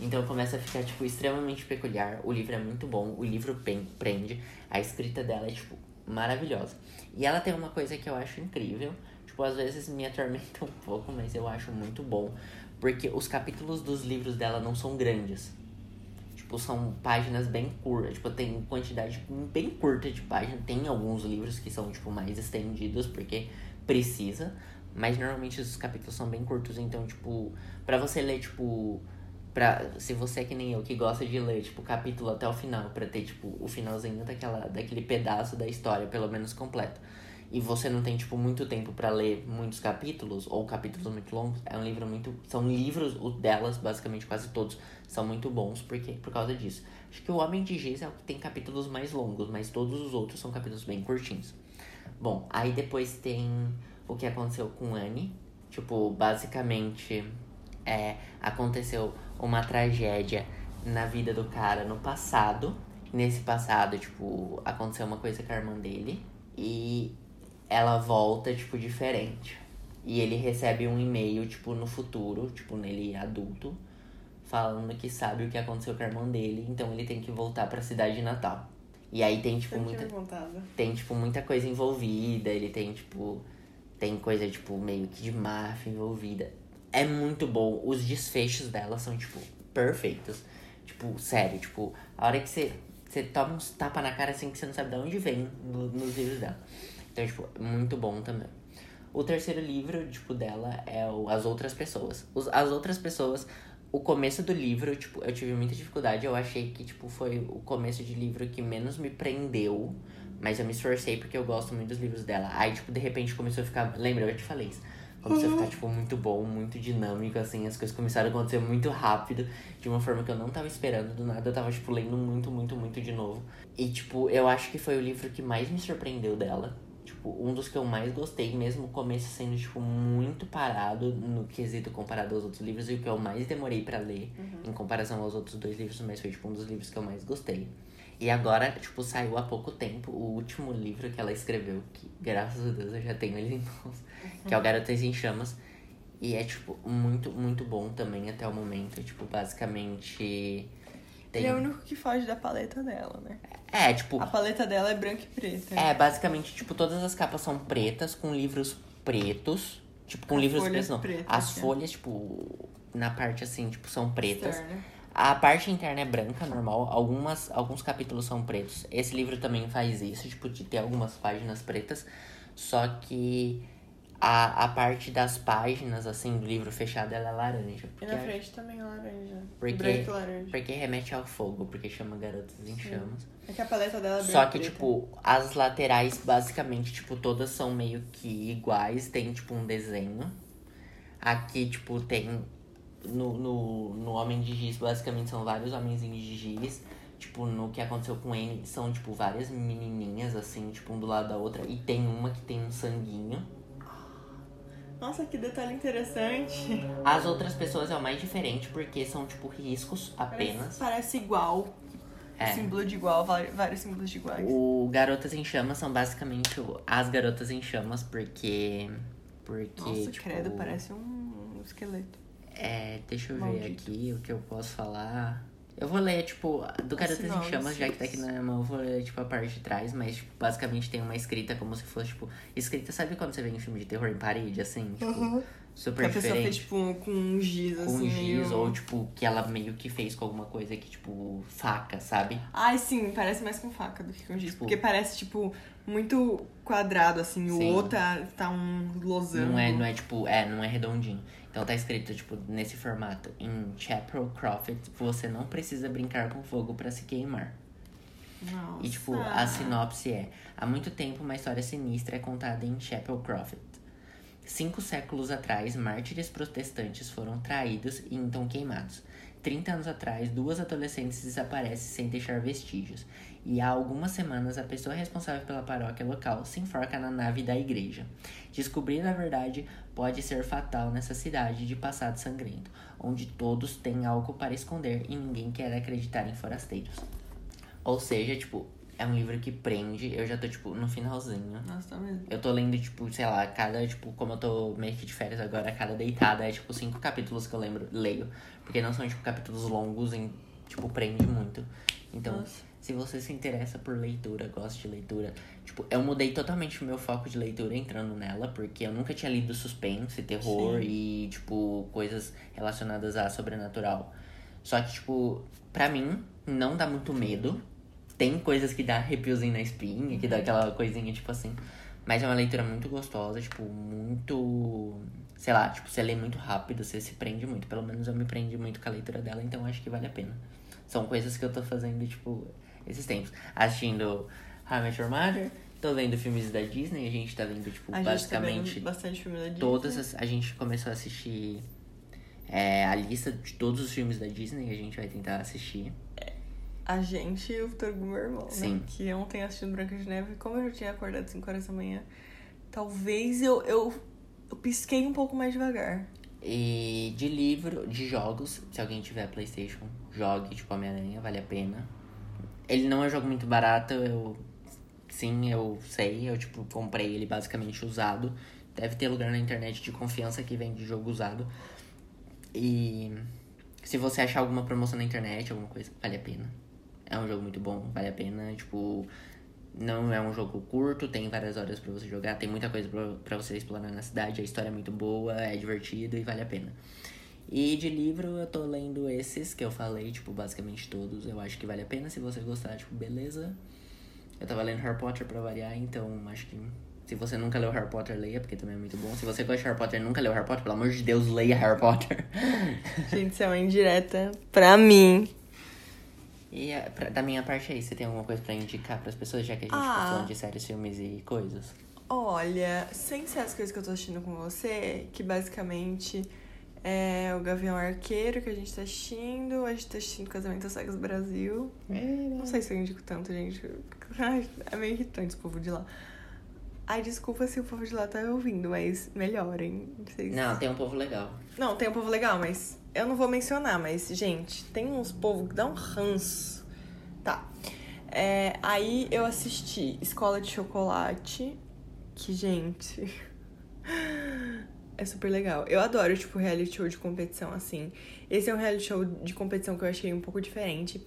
A: Então começa a ficar, tipo, extremamente peculiar. O livro é muito bom, o livro pen- prende. A escrita dela é, tipo, maravilhosa. E ela tem uma coisa que eu acho incrível. Tipo, às vezes me atormenta um pouco, mas eu acho muito bom. Porque os capítulos dos livros dela não são grandes. Tipo, são páginas bem curtas. Tipo, tem quantidade bem curta de página. Tem alguns livros que são, tipo, mais estendidos, porque precisa. Mas normalmente os capítulos são bem curtos, então, tipo, pra você ler, tipo. Pra, se você é que nem eu, que gosta de ler, tipo, capítulo até o final, pra ter, tipo, o finalzinho daquela, daquele pedaço da história, pelo menos completo. E você não tem, tipo, muito tempo pra ler muitos capítulos, ou capítulos muito longos, é um livro muito. São livros, o delas, basicamente, quase todos, são muito bons porque, por causa disso. Acho que o Homem de Giz é o que tem capítulos mais longos, mas todos os outros são capítulos bem curtinhos. Bom, aí depois tem o que aconteceu com Anne. Tipo, basicamente, é, aconteceu uma tragédia na vida do cara no passado. Nesse passado, tipo, aconteceu uma coisa com a irmã dele. E ela volta, tipo, diferente. E ele recebe um e-mail, tipo, no futuro, tipo, nele adulto, falando que sabe o que aconteceu com a irmã dele, então ele tem que voltar pra cidade de natal. E aí tem, tipo,
B: Eu não
A: muita
B: tinha me contado.
A: tem, tipo, muita coisa envolvida. Ele tem, tipo. Tem coisa, tipo, meio que de máfia envolvida. É muito bom. Os desfechos dela são, tipo, perfeitos. Tipo, sério, tipo, a hora que você. Você toma uns tapas na cara assim que você não sabe de onde vem no- nos livros dela. Então, tipo, é muito bom também. O terceiro livro, tipo, dela é o As Outras Pessoas. Os- as Outras Pessoas, o começo do livro, tipo, eu tive muita dificuldade. Eu achei que, tipo, foi o começo de livro que menos me prendeu. Mas eu me esforcei porque eu gosto muito dos livros dela. Aí, tipo, de repente começou a ficar... Lembra? Eu te falei isso. Começou a ficar, tipo, muito bom, muito dinâmico, assim. As coisas começaram a acontecer muito rápido. De uma forma que eu não tava esperando. Do nada, eu tava, tipo, lendo muito, muito, muito de novo. E, tipo, eu acho que foi o livro que mais me surpreendeu dela. Tipo, um dos que eu mais gostei, mesmo o começo sendo, tipo, muito parado no quesito comparado aos outros livros. E o que eu mais demorei pra ler, em comparação aos outros dois livros. Mas foi, tipo, um dos livros que eu mais gostei. E agora, tipo, saiu há pouco tempo o último livro que ela escreveu. Que, graças a Deus, eu já tenho ele em mãos. Que é o Garotas em Chamas. E é, tipo, muito, muito bom também até o momento. Tipo, basicamente... Tem...
B: Ele é o único que foge da paleta dela, né?
A: É, tipo...
B: A paleta dela é branca e preta.
A: É, basicamente, tipo, todas as capas são pretas, com livros pretos. Tipo, com
B: As
A: livros
B: folhas
A: pretos, não.
B: pretas,
A: As
B: né?
A: folhas, tipo, na parte assim, tipo, são pretas.
B: Externa.
A: A parte interna é branca, normal. Algumas, alguns capítulos são pretos. Esse livro também faz isso, tipo, de ter algumas páginas pretas. Só que a, a parte das páginas, assim, do livro fechado, ela é laranja.
B: E
A: Porque,
B: na frente também é laranja.
A: Porque-
B: Branco e laranja.
A: porque remete ao fogo, porque chama garotas em chamas.
B: É que a paleta dela é branca
A: Só
B: e
A: que,
B: preta.
A: tipo, as laterais, basicamente, tipo, todas são meio que iguais. Tem, tipo, um desenho. Aqui, tipo, tem... No, no, no Homem de Giz, basicamente, são vários homenzinhos de giz. Tipo, no que aconteceu com ele, são, tipo, várias menininhas, assim, tipo, um do lado da outra. E tem uma que tem um sanguinho.
B: Nossa, que detalhe interessante.
A: As outras pessoas é o mais diferente, porque são, tipo, riscos
B: Parece,
A: apenas.
B: parece igual.
A: É.
B: Símbolo de igual, vari- vários símbolos de iguais.
A: O Garotas em Chamas são basicamente o- as Garotas em Chamas, porque... Porque,
B: Nossa,
A: tipo,
B: credo, parece um esqueleto.
A: É, deixa eu ver
B: Maldito.
A: aqui o que eu posso falar. Eu vou ler, tipo, do Garotas em
B: sinopse.
A: Chamas, já que tá aqui na minha mão, eu vou ler, tipo, a parte de trás, mas, tipo, basicamente tem uma escrita como se fosse, tipo, escrita, sabe quando você vê em filme de terror em parede, assim? Tipo,
B: Uhum. Que
A: super
B: a pessoa fez,
A: diferente.
B: tipo, um- com um giz,
A: Com
B: assim,
A: giz,
B: meio-
A: ou, tipo, que ela meio que fez com alguma coisa que, tipo, faca, sabe?
B: Ai, sim, parece mais com faca do que com giz.
A: Tipo-
B: Porque parece, tipo, muito quadrado, assim. O
A: Sim.
B: outro tá, tá um losango.
A: Não é, não é tipo, é, não é redondinho. Então tá escrito, tipo, nesse formato, em Chaparral Crawford, você não precisa brincar com fogo pra se queimar.
B: Nossa.
A: E, tipo, a sinopse é: Há muito tempo, uma história sinistra é contada em Chapel Croft. Cinco séculos atrás, mártires protestantes foram traídos e então queimados. Trinta anos atrás, duas adolescentes desaparecem sem deixar vestígios. E há algumas semanas, a pessoa responsável pela paróquia local se enforca na nave da igreja. Descobrir a verdade pode ser fatal nessa cidade de passado sangrento, onde todos têm algo para esconder e ninguém quer acreditar em forasteiros. Ou seja, tipo, é um livro que prende. Eu já tô, tipo, no finalzinho.
B: Nossa, tá mesmo.
A: Eu tô lendo, tipo, sei lá, cada, tipo, como eu tô meio que de férias agora, cada deitada é, tipo, cinco capítulos que eu lembro, leio. Porque não são, tipo, capítulos longos e, tipo, prende muito. Então,
B: Nossa.
A: se você se interessa por leitura, gosta de leitura, tipo, eu mudei totalmente o meu foco de leitura entrando nela, porque eu nunca tinha lido suspense, terror
B: Sim.
A: e, tipo, coisas relacionadas a sobrenatural. Só que, tipo, pra mim, não dá muito medo. Tem coisas que dá arrepiozinho na espinha, que dá aquela coisinha, tipo assim. Mas é uma leitura muito gostosa, tipo, muito. Sei lá, tipo, você lê muito rápido, você se prende muito. Pelo menos eu me prendi muito com a leitura dela, então acho que vale a pena. São coisas que eu tô fazendo, tipo, esses tempos. Assistindo How I Met Your Mother, tô vendo filmes da Disney, a gente tá vendo, tipo,
B: A gente tá vendo
A: basicamente
B: bastante filme da Disney.
A: todas as- a gente começou a assistir é, a lista de todos os filmes da Disney a gente vai tentar assistir
B: A gente e o Vitor Hugo, meu irmão,
A: Sim.
B: né? Que ontem assistindo Branca de Neve, como eu já tinha acordado 5 horas da manhã, talvez eu, eu, eu pisquei um pouco mais devagar.
A: e de livro de jogos se alguém tiver PlayStation jogue tipo Homem Aranha vale a pena ele não é um jogo muito barato eu sim eu sei eu tipo comprei ele basicamente usado Deve ter lugar na internet de confiança que vende jogo usado. E se você achar alguma promoção na internet, alguma coisa, vale a pena. É um jogo muito bom, vale a pena. Tipo, não é um jogo curto, tem várias horas para você jogar, tem muita coisa pra- pra você explorar na cidade, a história é muito boa, é divertido e vale a pena. E de livro eu tô lendo esses que eu falei, tipo, basicamente todos. Eu acho que vale a pena se você gostar, tipo, beleza. Eu tava lendo Harry Potter pra variar, então acho que se você nunca leu Harry Potter, leia, porque também é muito bom. Se você gosta de Harry Potter e nunca leu Harry Potter, pelo amor de Deus, leia Harry Potter.
B: Gente, isso é uma indireta pra mim.
A: e é, pra- da minha parte é isso. Você tem alguma coisa pra indicar pras pessoas, já que a gente tá
B: Ah.
A: falando de séries, filmes e coisas?
B: Olha, sem ser as coisas que eu tô assistindo com você, que basicamente é o Gavião Arqueiro que a gente tá assistindo, a gente tá assistindo Casamento às Cegas Brasil. É, Não sei se eu indico tanto, gente. Ai, é meio irritante o povo de lá. Ai, desculpa se o povo de lá tá me ouvindo, mas melhorem. Vocês...
A: Não, tem um povo legal.
B: Não, tem um povo legal, mas eu não vou mencionar, mas, gente, tem uns povos que dá um ranço. Tá. É, aí eu assisti Escola de Chocolate, que, gente, é super legal. Eu adoro, tipo, reality show de competição, assim. Esse é um reality show de competição que eu achei um pouco diferente.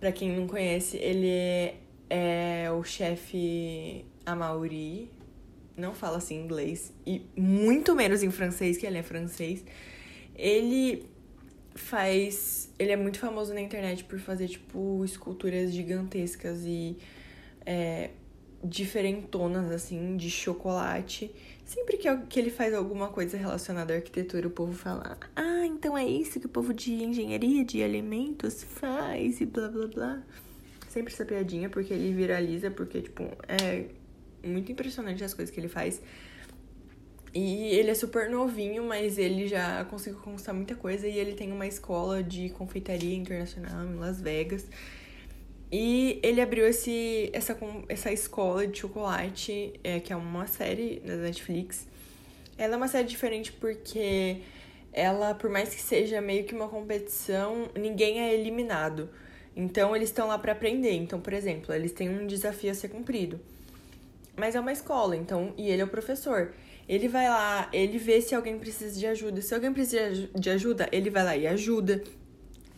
B: Pra quem não conhece, ele é o chefe Amauri, não fala assim inglês e muito menos em francês, que ele é francês. Ele faz. Ele é muito famoso na internet por fazer, tipo, esculturas gigantescas e é, diferentonas, assim, de chocolate. Sempre que, al- que ele faz alguma coisa relacionada à arquitetura, o povo fala: Ah, então é isso que o povo de engenharia de alimentos faz e blá blá blá. Sempre essa piadinha, porque ele viraliza, porque, tipo, é muito impressionante as coisas que ele faz. E ele é super novinho, mas ele já conseguiu conquistar muita coisa. E ele tem uma escola de confeitaria internacional em Las Vegas. E ele abriu esse, essa, com- essa escola de chocolate, é, que é uma série da Netflix. Ela é uma série diferente porque ela, por mais que seja meio que uma competição, ninguém é eliminado. Então eles estão lá pra aprender. Então, por exemplo, eles têm um desafio a ser cumprido. Mas é uma escola, então, e ele é o professor. Ele vai lá, ele vê se alguém precisa de ajuda. Se alguém precisa de aju- de ajuda, ele vai lá e ajuda.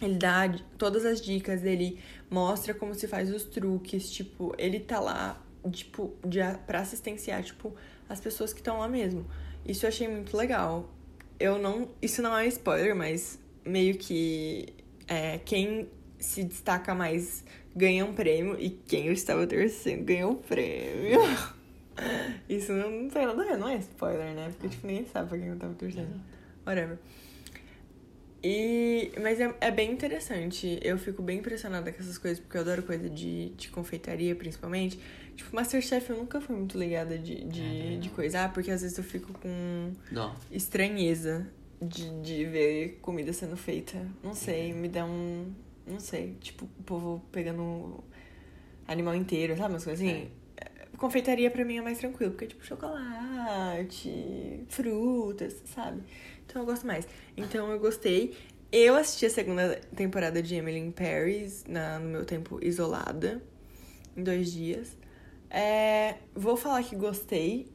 B: Ele dá di- todas as dicas, ele mostra como se faz os truques, tipo, ele tá lá, tipo, de, a- pra assistenciar, tipo, as pessoas que estão lá mesmo. Isso eu achei muito legal. Eu não. Isso não é spoiler, mas meio que é, quem se destaca mais ganha um prêmio e quem eu estava torcendo ganhou um prêmio. Isso não, não tem nada a ver, não é spoiler, né? Porque tipo, ninguém sabe pra quem eu tava torcendo. Whatever. E, mas é, é bem interessante. Eu fico bem impressionada com essas coisas, porque eu adoro coisa de, de confeitaria, principalmente. Tipo, Masterchef eu nunca fui muito ligada de, de, de coisa, ah, porque às vezes eu fico com
A: Dó.
B: estranheza de, de ver comida sendo feita. Não sei, me dá um. Não sei, tipo, o povo pegando animal inteiro, sabe? Umas coisas assim. Confeitaria pra mim é mais tranquilo, porque é tipo chocolate, frutas, sabe? Então eu gosto mais. Então eu gostei. Eu assisti a segunda temporada de Emily in Paris na, no meu tempo isolada, em dois dias. É, vou falar que gostei.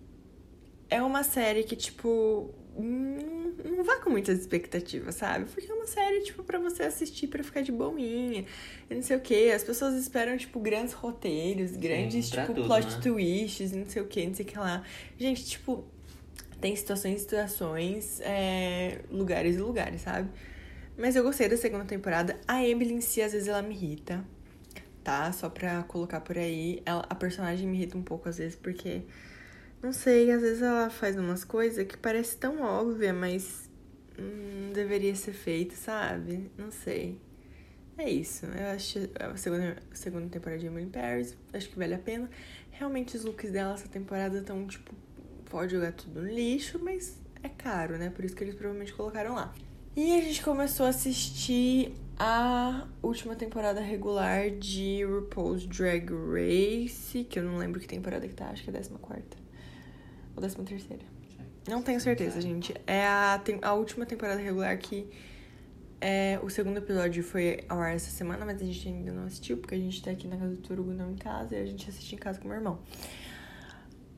B: É uma série que, tipo, hum, não vá com muitas expectativas, sabe? Porque é uma série, tipo, pra você assistir pra ficar de boinha, e não sei o quê. As pessoas esperam, tipo, grandes roteiros, grandes,
A: pra
B: tipo,
A: tudo,
B: plot
A: né?
B: twists, não sei o quê, não sei o que lá. Gente, tipo, tem situações e situações, é, lugares e lugares, sabe? Mas eu gostei da segunda temporada. A Emily em si, às vezes, ela me irrita, tá? Só pra colocar por aí. Ela- a personagem me irrita um pouco, às vezes, porque... Não sei, às vezes ela faz umas coisas que parece tão óbvia, mas... hum, Não deveria ser feito, sabe? Não sei. É isso. Eu acho a segunda, a segunda temporada de Emily in Paris. Acho que vale a pena. Realmente os looks dela essa temporada estão, tipo, pode jogar tudo no lixo, mas é caro, né? Por isso que eles provavelmente colocaram lá. E a gente começou a assistir a última temporada regular de RuPaul's Drag Race, que eu não lembro que temporada que tá, acho que é a 14 ou 13 terceira. Não tenho certeza, gente. É a, tem- a última temporada regular que. é, o segundo episódio foi ao ar essa semana, mas a gente ainda não assistiu, porque a gente tá aqui na casa do Turugo, não em casa, e a gente assiste em casa com meu irmão.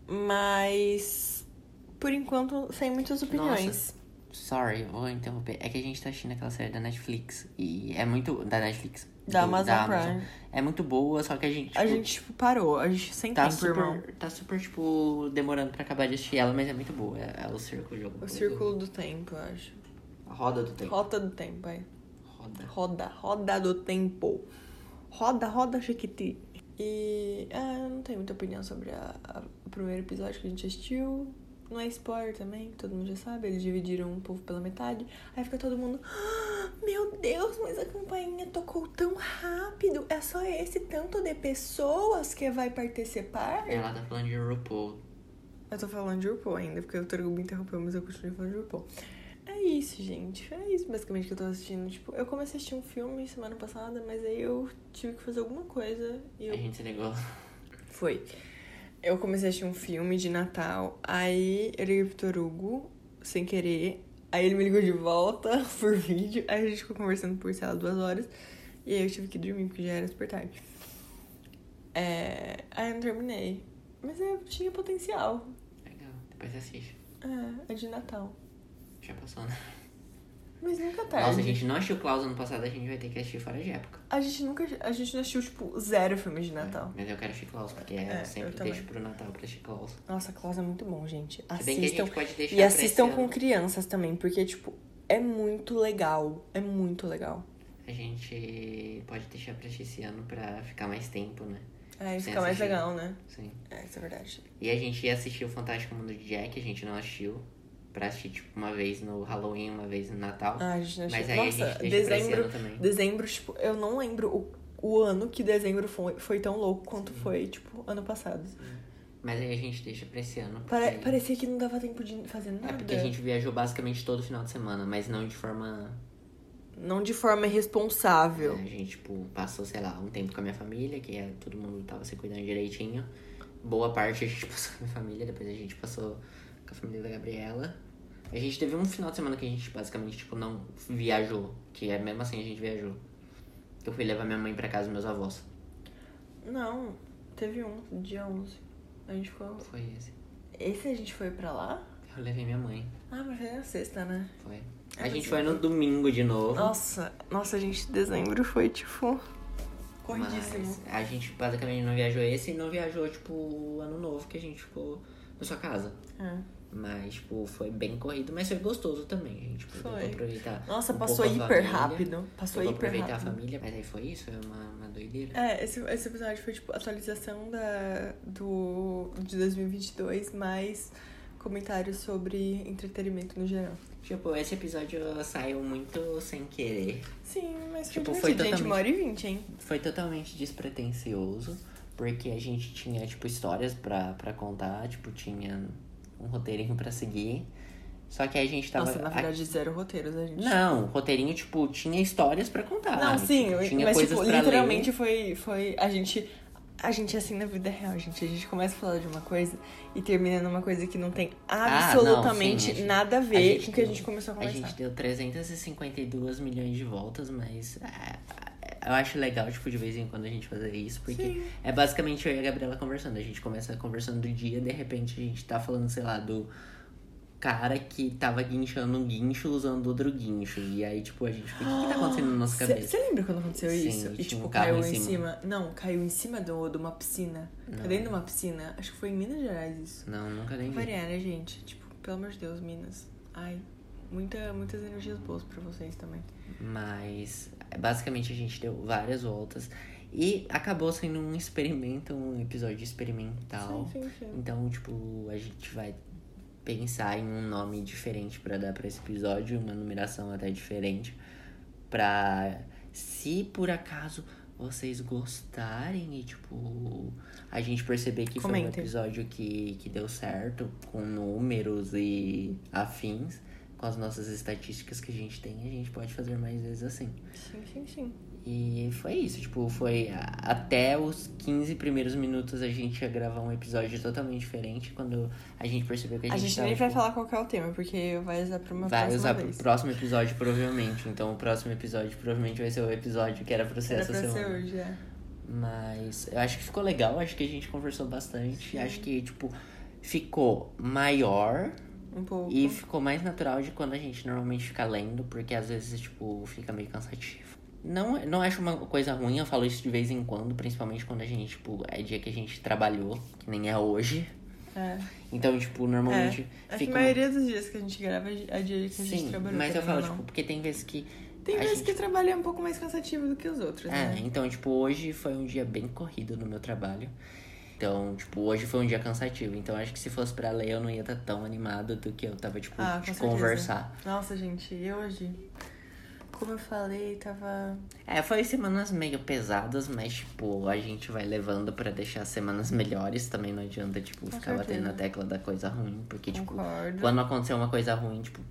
B: Mas por enquanto, sem muitas opiniões.
A: Sorry, vou interromper. É que a gente tá assistindo aquela série da Netflix. E é muito. Da Netflix.
B: Da Amazon Prime.
A: É muito boa, só que a gente.
B: A
A: tipo,
B: gente, tipo, parou. A gente sem
A: tá
B: tempo, irmão.
A: super. Tá super, tipo, demorando pra acabar de assistir ela, mas é muito boa. É, é o círculo jogo.
B: O círculo do tempo, eu acho.
A: A roda do tempo.
B: Rota do tempo, aí.
A: Roda.
B: Roda, roda do tempo. Roda, roda, Chiquiti. E. Ah, eu não tenho muita opinião sobre a, a- o primeiro episódio que a gente assistiu. Não é spoiler também, todo mundo já sabe. Eles dividiram o povo pela metade. Aí fica todo mundo. "Ah, Meu Deus, mas a campainha tocou tão rápido. É só esse tanto de pessoas que vai participar?
A: Ela tá falando de RuPaul.
B: Eu tô falando de RuPaul ainda, porque o Torgo me interrompeu, mas eu continuei falando de RuPaul. É isso, gente. É isso basicamente que eu tô assistindo. Tipo, eu comecei a assistir um filme semana passada, mas aí eu tive que fazer alguma coisa e
A: A
B: eu.
A: gente se ligou.
B: Foi. Eu comecei a assistir um filme de Natal, aí eu liguei pro Torugo, sem querer. Aí ele me ligou de volta por vídeo. Aí a gente ficou conversando por, sei lá, duas horas. E aí eu tive que dormir, porque já era super tarde. É... Aí eu não terminei. Mas eu tinha potencial.
A: Legal. Depois você assiste.
B: É, é de Natal.
A: Já passou, né?
B: Mas nunca é tarde.
A: Nossa, a gente não assistiu Klaus ano passado, a gente vai ter que assistir fora de época.
B: A gente nunca. A gente não assistiu, tipo, zero filmes de Natal.
A: Mas eu quero assistir Klaus, porque
B: É,
A: eu sempre
B: eu também.
A: deixo pro Natal pra assistir Klaus.
B: Nossa, Klaus é muito bom, gente.
A: Se bem que a
B: Assistam.
A: gente pode deixar
B: E assistam
A: pra esse
B: com
A: ano.
B: crianças também, porque, tipo, é muito legal. É muito legal.
A: A gente pode deixar pra assistir esse ano pra ficar mais tempo, né?
B: Aí É,
A: Sim,
B: fica mais
A: assisti.
B: legal, né?
A: Sim.
B: É, isso é verdade.
A: E a gente ia assistir o Fantástico Mundo de Jack, a gente não assistiu. Pra assistir, tipo, uma vez no Halloween, uma vez no Natal.
B: Ah, a gente não
A: Mas
B: assistiu.
A: aí
B: Nossa,
A: a gente deixa pra esse
B: dezembro.
A: ano também.
B: Dezembro, tipo, eu não lembro o, o ano que dezembro foi, foi tão louco quanto foi, tipo, ano passado.
A: Mas aí a gente deixa pra esse ano. porque
B: Pare-
A: aí-
B: Parecia que não dava tempo de fazer nada.
A: É porque a gente viajou basicamente todo final de semana, mas não de forma.
B: Não de forma irresponsável.
A: A gente, tipo, passou, sei lá, um tempo com a minha família, que é- todo mundo tava se cuidando direitinho. Boa parte a gente passou com a minha família, depois a gente passou com a família da Gabriela. A gente teve um final de semana que a gente basicamente, tipo, não viajou. Que é mesmo assim a gente viajou. Eu fui levar minha mãe pra casa dos meus avós.
B: Não, teve um, dia 11. A gente ficou.
A: Foi esse.
B: Esse a gente foi pra lá?
A: Eu levei minha mãe.
B: Ah, mas foi na sexta, né?
A: Foi.
B: É
A: A gente
B: possível.
A: foi no domingo de novo.
B: Nossa, nossa, gente, dezembro foi tipo. Corridíssimo.
A: Mas a gente basicamente não viajou esse e não viajou, tipo, o ano novo que a gente ficou na sua casa.
B: É.
A: Mas, tipo, foi bem corrido, mas foi gostoso também, gente. Tipo, deu pra
B: Foi.
A: aproveitar.
B: Nossa,
A: um
B: passou
A: pouco a
B: hiper
A: família,
B: rápido. Passou
A: deu pra
B: hiper
A: aproveitar a
B: rápido.
A: família, mas aí foi isso, foi uma, uma doideira.
B: É, esse, esse episódio foi tipo atualização da, do, de 2022, mais comentários sobre entretenimento no geral.
A: Tipo, esse episódio saiu muito sem querer.
B: Sim, mas foi
A: Tipo, foi
B: divertido, gente. Uma hora e vinte, hein?
A: Foi totalmente despretensioso, porque a gente tinha, tipo, histórias pra, pra contar, tipo, tinha um roteirinho pra seguir. Só que aí a gente tava.
B: Nossa, na
A: a-
B: verdade, zero roteiros a gente.
A: Não, o roteirinho, tipo, tinha histórias pra contar.
B: Não,
A: tipo,
B: sim,
A: tinha
B: mas
A: coisas
B: tipo,
A: pra
B: literalmente foi, foi. A gente. A gente é assim na vida real, gente. A gente começa a falar de uma coisa e termina numa coisa que não tem
A: Ah, não,
B: absolutamente
A: sim, a gente-
B: nada a
A: a
B: ver
A: gente
B: com o que a
A: deu-
B: gente começou a
A: ler. A
B: conversar.
A: gente deu 352 milhões de voltas, mas ah, eu acho legal, tipo, de vez em quando a gente fazer isso, porque
B: Sim.
A: é basicamente eu e a Gabriela conversando. A gente começa conversando do dia, de repente a gente tá falando, sei lá, do cara que tava guinchando um guincho usando outro guincho. E aí, tipo, a gente, fica, o que, que tá acontecendo na nossa cabeça?
B: Você lembra quando aconteceu
A: Sim,
B: isso? E
A: tinha
B: tipo,
A: um carro
B: caiu
A: em
B: em cima. Não, caiu em cima do- de uma piscina. Caiu dentro de uma piscina. Acho que foi em Minas Gerais isso.
A: Não, nunca nem vi.
B: Variar, né, gente? Tipo, pelo amor de Deus, Minas. Ai, muita, muitas energias boas pra vocês também.
A: Mas é, basicamente a gente deu várias voltas e acabou sendo um experimento, um episódio experimental.
B: Sim, sim, sim.
A: Então, tipo, a gente vai pensar em um nome diferente pra dar pra esse episódio, uma numeração até diferente, pra se por acaso vocês gostarem e tipo a gente perceber que foi um
B: Comentem.
A: episódio que, que deu certo com números e afins, com as nossas estatísticas que a gente tem, a gente pode fazer mais vezes assim.
B: Sim, sim, sim.
A: E foi isso, tipo, foi a- até os 15 primeiros minutos a gente ia gravar um episódio totalmente diferente quando a gente percebeu que a
B: A
A: gente,
B: gente
A: tava,
B: nem vai
A: tipo,
B: falar qual que é o tema, porque vai usar pra uma
A: vai
B: próxima
A: usar pro
B: vez.
A: próximo episódio provavelmente. Então o próximo episódio provavelmente vai ser o episódio que era pra ser
B: Era
A: essa
B: pra
A: semana.
B: ser hoje, é.
A: Mas eu acho que ficou legal, acho que a gente conversou bastante, acho que tipo ficou maior
B: um pouco.
A: E ficou mais natural de quando a gente normalmente fica lendo, porque às vezes, tipo, fica meio cansativo. Não, é, não acho uma coisa ruim, eu falo isso de vez em quando, principalmente quando a gente, tipo, é dia que a gente trabalhou, que nem é hoje.
B: É.
A: Então, tipo,
B: Acho
A: normalmente
B: que a
A: fica. uma-
B: maioria dos dias que a gente grava é dia que a gente
A: Sim,
B: trabalhou.
A: mas eu
B: querendo
A: falo,
B: ou não.
A: tipo, porque tem vezes que.
B: Tem
A: a
B: vezes
A: gente-
B: que trabalho é um pouco mais cansativo do que os outros,
A: É,
B: né?
A: então, tipo, hoje foi um dia bem corrido no meu trabalho. Então, tipo, hoje foi um dia cansativo. Então, acho que se fosse pra ler, eu não ia estar tão animada do que eu tava, tipo,
B: Ah, com
A: de
B: certeza.
A: conversar.
B: Nossa, gente, e hoje, como eu falei, tava.
A: É, foi semanas meio pesadas, mas, tipo, a gente vai levando pra deixar as semanas melhores. Também não adianta, tipo, ficar
B: certeza.
A: batendo a tecla da coisa ruim. Porque, tipo,
B: Concordo.
A: quando acontecer uma coisa ruim, tipo,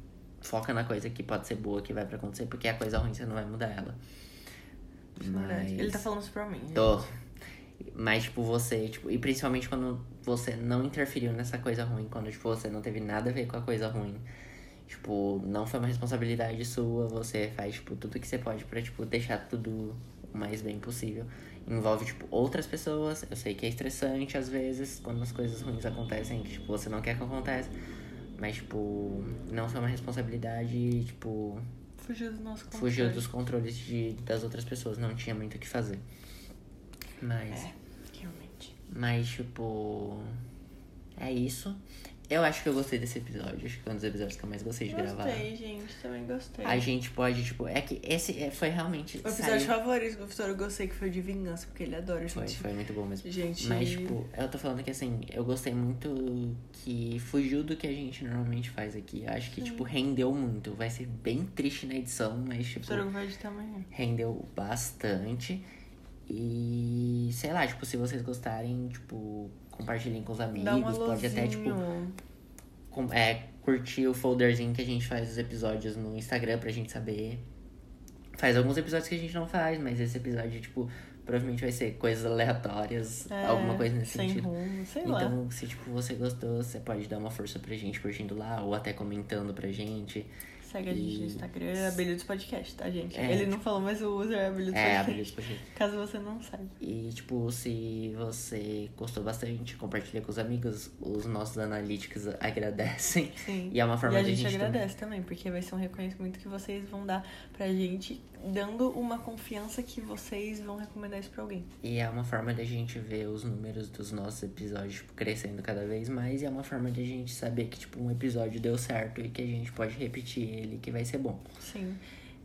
A: foca na coisa que pode ser boa, que vai pra acontecer, porque a coisa ruim você não vai mudar ela.
B: Verdade. Ele tá falando isso pra mim.
A: Tô. Mas, tipo, você, tipo, e principalmente quando você não interferiu nessa coisa ruim, quando, tipo, você não teve nada a ver com a coisa ruim. Tipo, não foi uma responsabilidade sua, você faz, tipo, tudo que você pode pra, tipo, deixar tudo o mais bem possível. Envolve, tipo, outras pessoas. Eu sei que é estressante às vezes, quando as coisas ruins acontecem, que, tipo, você não quer que aconteça. Mas, tipo, não foi uma responsabilidade, tipo,
B: Fugiu do nosso controle.
A: fugiu dos controles de, das outras pessoas, não tinha muito o que fazer. Mas,
B: É, Realmente.
A: mas tipo, é isso. Eu acho que eu gostei desse episódio, acho que foi um dos episódios que eu mais gostei de gravar.
B: Gostei, gente. Também gostei.
A: A gente pode, tipo, é que esse é- foi realmente.
B: O um episódio
A: saiu-
B: favorito do Vitor eu gostei que foi de vingança, porque ele adora,
A: foi,
B: gente.
A: foi muito bom mesmo.
B: Gente.
A: Mas, tipo, eu tô falando que assim, eu gostei muito que fugiu do que a gente normalmente faz aqui. Acho que, tipo, rendeu muito. Vai ser bem triste na edição, mas, tipo.
B: Vitor Hugo vai editar amanhã.
A: rendeu bastante. E sei lá, tipo, se vocês gostarem, tipo, compartilhem com os amigos,
B: Dá um
A: pode
B: alôzinho.
A: até, tipo, com- é, curtir o folderzinho que a gente faz os episódios no Instagram pra gente saber. Faz alguns episódios que a gente não faz, mas esse episódio, tipo, provavelmente vai ser coisas aleatórias,
B: É,
A: alguma coisa nesse
B: sem
A: sentido.
B: rumo, sei lá.
A: Então, se tipo, você gostou, você pode dar uma força pra gente curtindo lá, ou até comentando pra gente.
B: Segue a gente no
A: e-
B: Instagram, Abelhudos Podcast, tá, gente?
A: É,
B: ele
A: tipo-
B: não falou, mas o user é Abelhudos
A: É, abre
B: Podcast.
A: isso pra gente.
B: Caso você não saiba.
A: E, tipo, se você gostou bastante, compartilha com os amigos, os nossos analíticos agradecem.
B: Sim.
A: E é uma forma
B: e a
A: de
B: gente
A: a gente
B: agradece também. porque vai ser um reconhecimento que vocês vão dar pra gente, dando uma confiança que vocês vão recomendar isso pra alguém.
A: E é uma forma de a gente ver os números dos nossos episódios tipo, crescendo cada vez mais. E é uma forma de a gente saber que, tipo, um episódio deu certo e que a gente pode repetir ele, que vai ser bom.
B: Sim.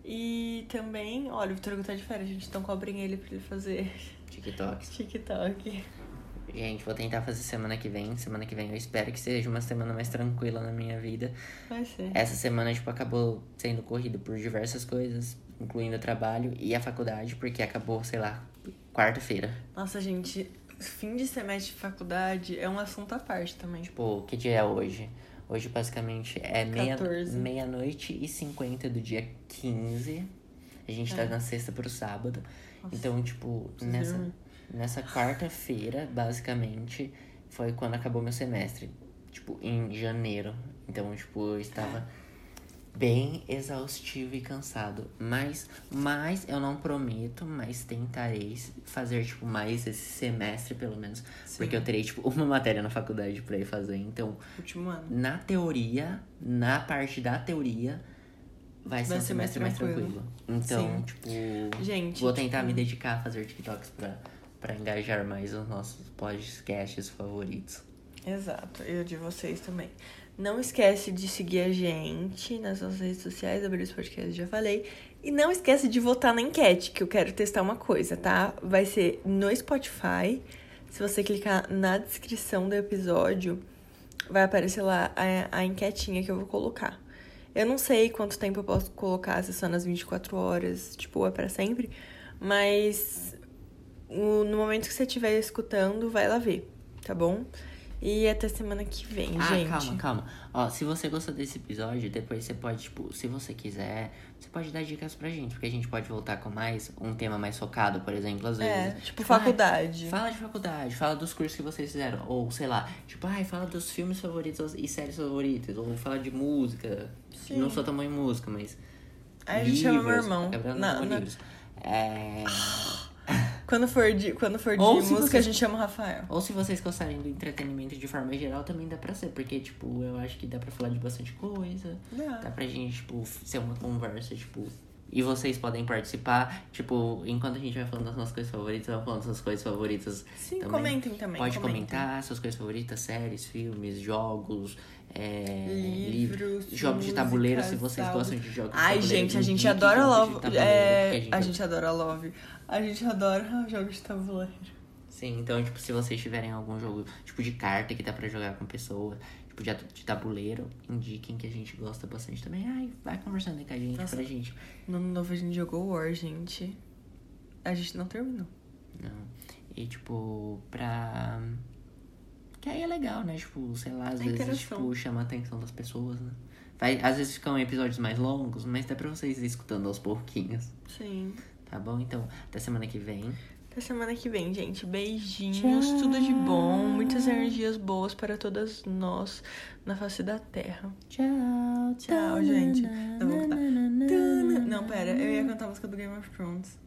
B: E também, olha, o Vitor Hugo tá de férias, gente, então cobrem ele pra ele fazer
A: TikToks.
B: TikTok.
A: Gente, vou tentar fazer semana que vem. Semana que vem eu espero que seja uma semana mais tranquila na minha vida.
B: Vai ser.
A: Essa semana, tipo, acabou sendo corrido por diversas coisas, incluindo o trabalho e a faculdade, porque acabou, sei lá, quarta-feira.
B: Nossa, gente, fim de semestre de faculdade é um assunto à parte também.
A: Tipo, que dia é hoje? Hoje, basicamente, é meia-
B: 14.
A: meia-noite e 50 do dia 15. A gente tá na sexta pro sábado. Então, tipo,
B: É. preciso
A: nessa,
B: dormir.
A: nessa quarta-feira, basicamente, foi quando acabou meu semestre. Tipo, em janeiro. Então, tipo, eu estava bem exaustivo e cansado. Mas, mas eu não prometo, mas tentarei fazer, tipo, mais esse semestre, pelo menos. Porque eu terei, tipo, uma matéria na faculdade pra ir fazer. Então,
B: Último ano.
A: na teoria, na parte da teoria, vai ser
B: Vai
A: um
B: ser
A: semestre
B: mais
A: mais tranquilo. Então,
B: Sim.
A: tipo,
B: Gente,
A: vou tentar
B: tipo-
A: me dedicar a fazer TikToks pra, pra engajar mais os nossos podcasts favoritos.
B: Exato, eu de vocês também. Não esquece de seguir a gente nas nossas redes sociais, abrir os podcasts, já falei. E não esquece de votar na enquete, que eu quero testar uma coisa, tá? Vai ser no Spotify. Se você clicar na descrição do episódio, vai aparecer lá a, a enquetinha que eu vou colocar. Eu não sei quanto tempo eu posso colocar, se é só nas 24 horas, tipo, é pra sempre. Mas o- no momento que você estiver escutando, vai lá ver, tá bom? E até semana que vem, gente.
A: Ah, calma, calma. Ó, se você gostou desse episódio, depois você pode, tipo, se você quiser, você pode dar dicas pra gente, porque a gente pode voltar com mais um tema mais focado, por exemplo, às
B: É,
A: vezes. Ah,
B: tipo
A: ai,
B: faculdade.
A: Fala de faculdade, fala dos cursos que vocês fizeram. Ou, sei lá, tipo, ai, fala dos filmes favoritos e séries favoritas. Ou fala de música.
B: Sim.
A: Não sou tão bom em música, mas.
B: Aí a gente chama meu
A: livros. é
B: irmão.
A: A Gabriela não,
B: Na-
A: ama
B: na-
A: livros. É.
B: Quando for de, quando for de
A: Ou se
B: música,
A: você-
B: a gente chama o Rafael.
A: Ou se vocês gostarem do entretenimento de forma geral, também dá pra ser, porque, tipo, eu acho que dá pra falar de bastante coisa.
B: Dá.
A: Dá pra gente, tipo, ser uma conversa, tipo. E vocês podem participar, tipo, enquanto a gente vai falando das nossas coisas favoritas, vai falando das suas coisas favoritas.
B: Sim,
A: também.
B: comentem também.
A: Pode
B: comentem.
A: comentar suas coisas favoritas, séries, filmes, jogos, é,
B: Livros,
A: livros, jogos de tabuleiro, se
B: músicas,
A: vocês
B: algo.
A: gostam de jogos de
B: Ai,
A: tabuleiro.
B: gente, um a
A: indiquem
B: gente adora
A: jogos de
B: Love.
A: tabuleiro,
B: É,
A: porque
B: a gente adora Love. A gente adora jogos de tabuleiro.
A: Sim, então, tipo, se vocês tiverem algum jogo, tipo, de carta que dá pra jogar com pessoa, tipo, de, at- de tabuleiro, indiquem que a gente gosta bastante também. Ai, vai conversando aí com a gente,
B: Nossa.
A: pra gente.
B: No ano novo a gente jogou War, gente. A gente não terminou.
A: Não. E, tipo, pra... Que aí é legal, né? Tipo, sei lá, às
B: A
A: vezes,
B: interação.
A: tipo, chama a atenção das pessoas, né? Vai, às vezes ficam episódios mais longos, mas dá pra vocês ir escutando aos pouquinhos,
B: Sim.
A: tá bom? Então, até semana que vem.
B: Até semana que vem, gente. Beijinhos, tudo de bom. Muitas energias boas para todas nós na face da terra.
A: Tchau,
B: Tchau, gente. Não, vou cantar. Não, pera, eu ia cantar a música do Game of Thrones.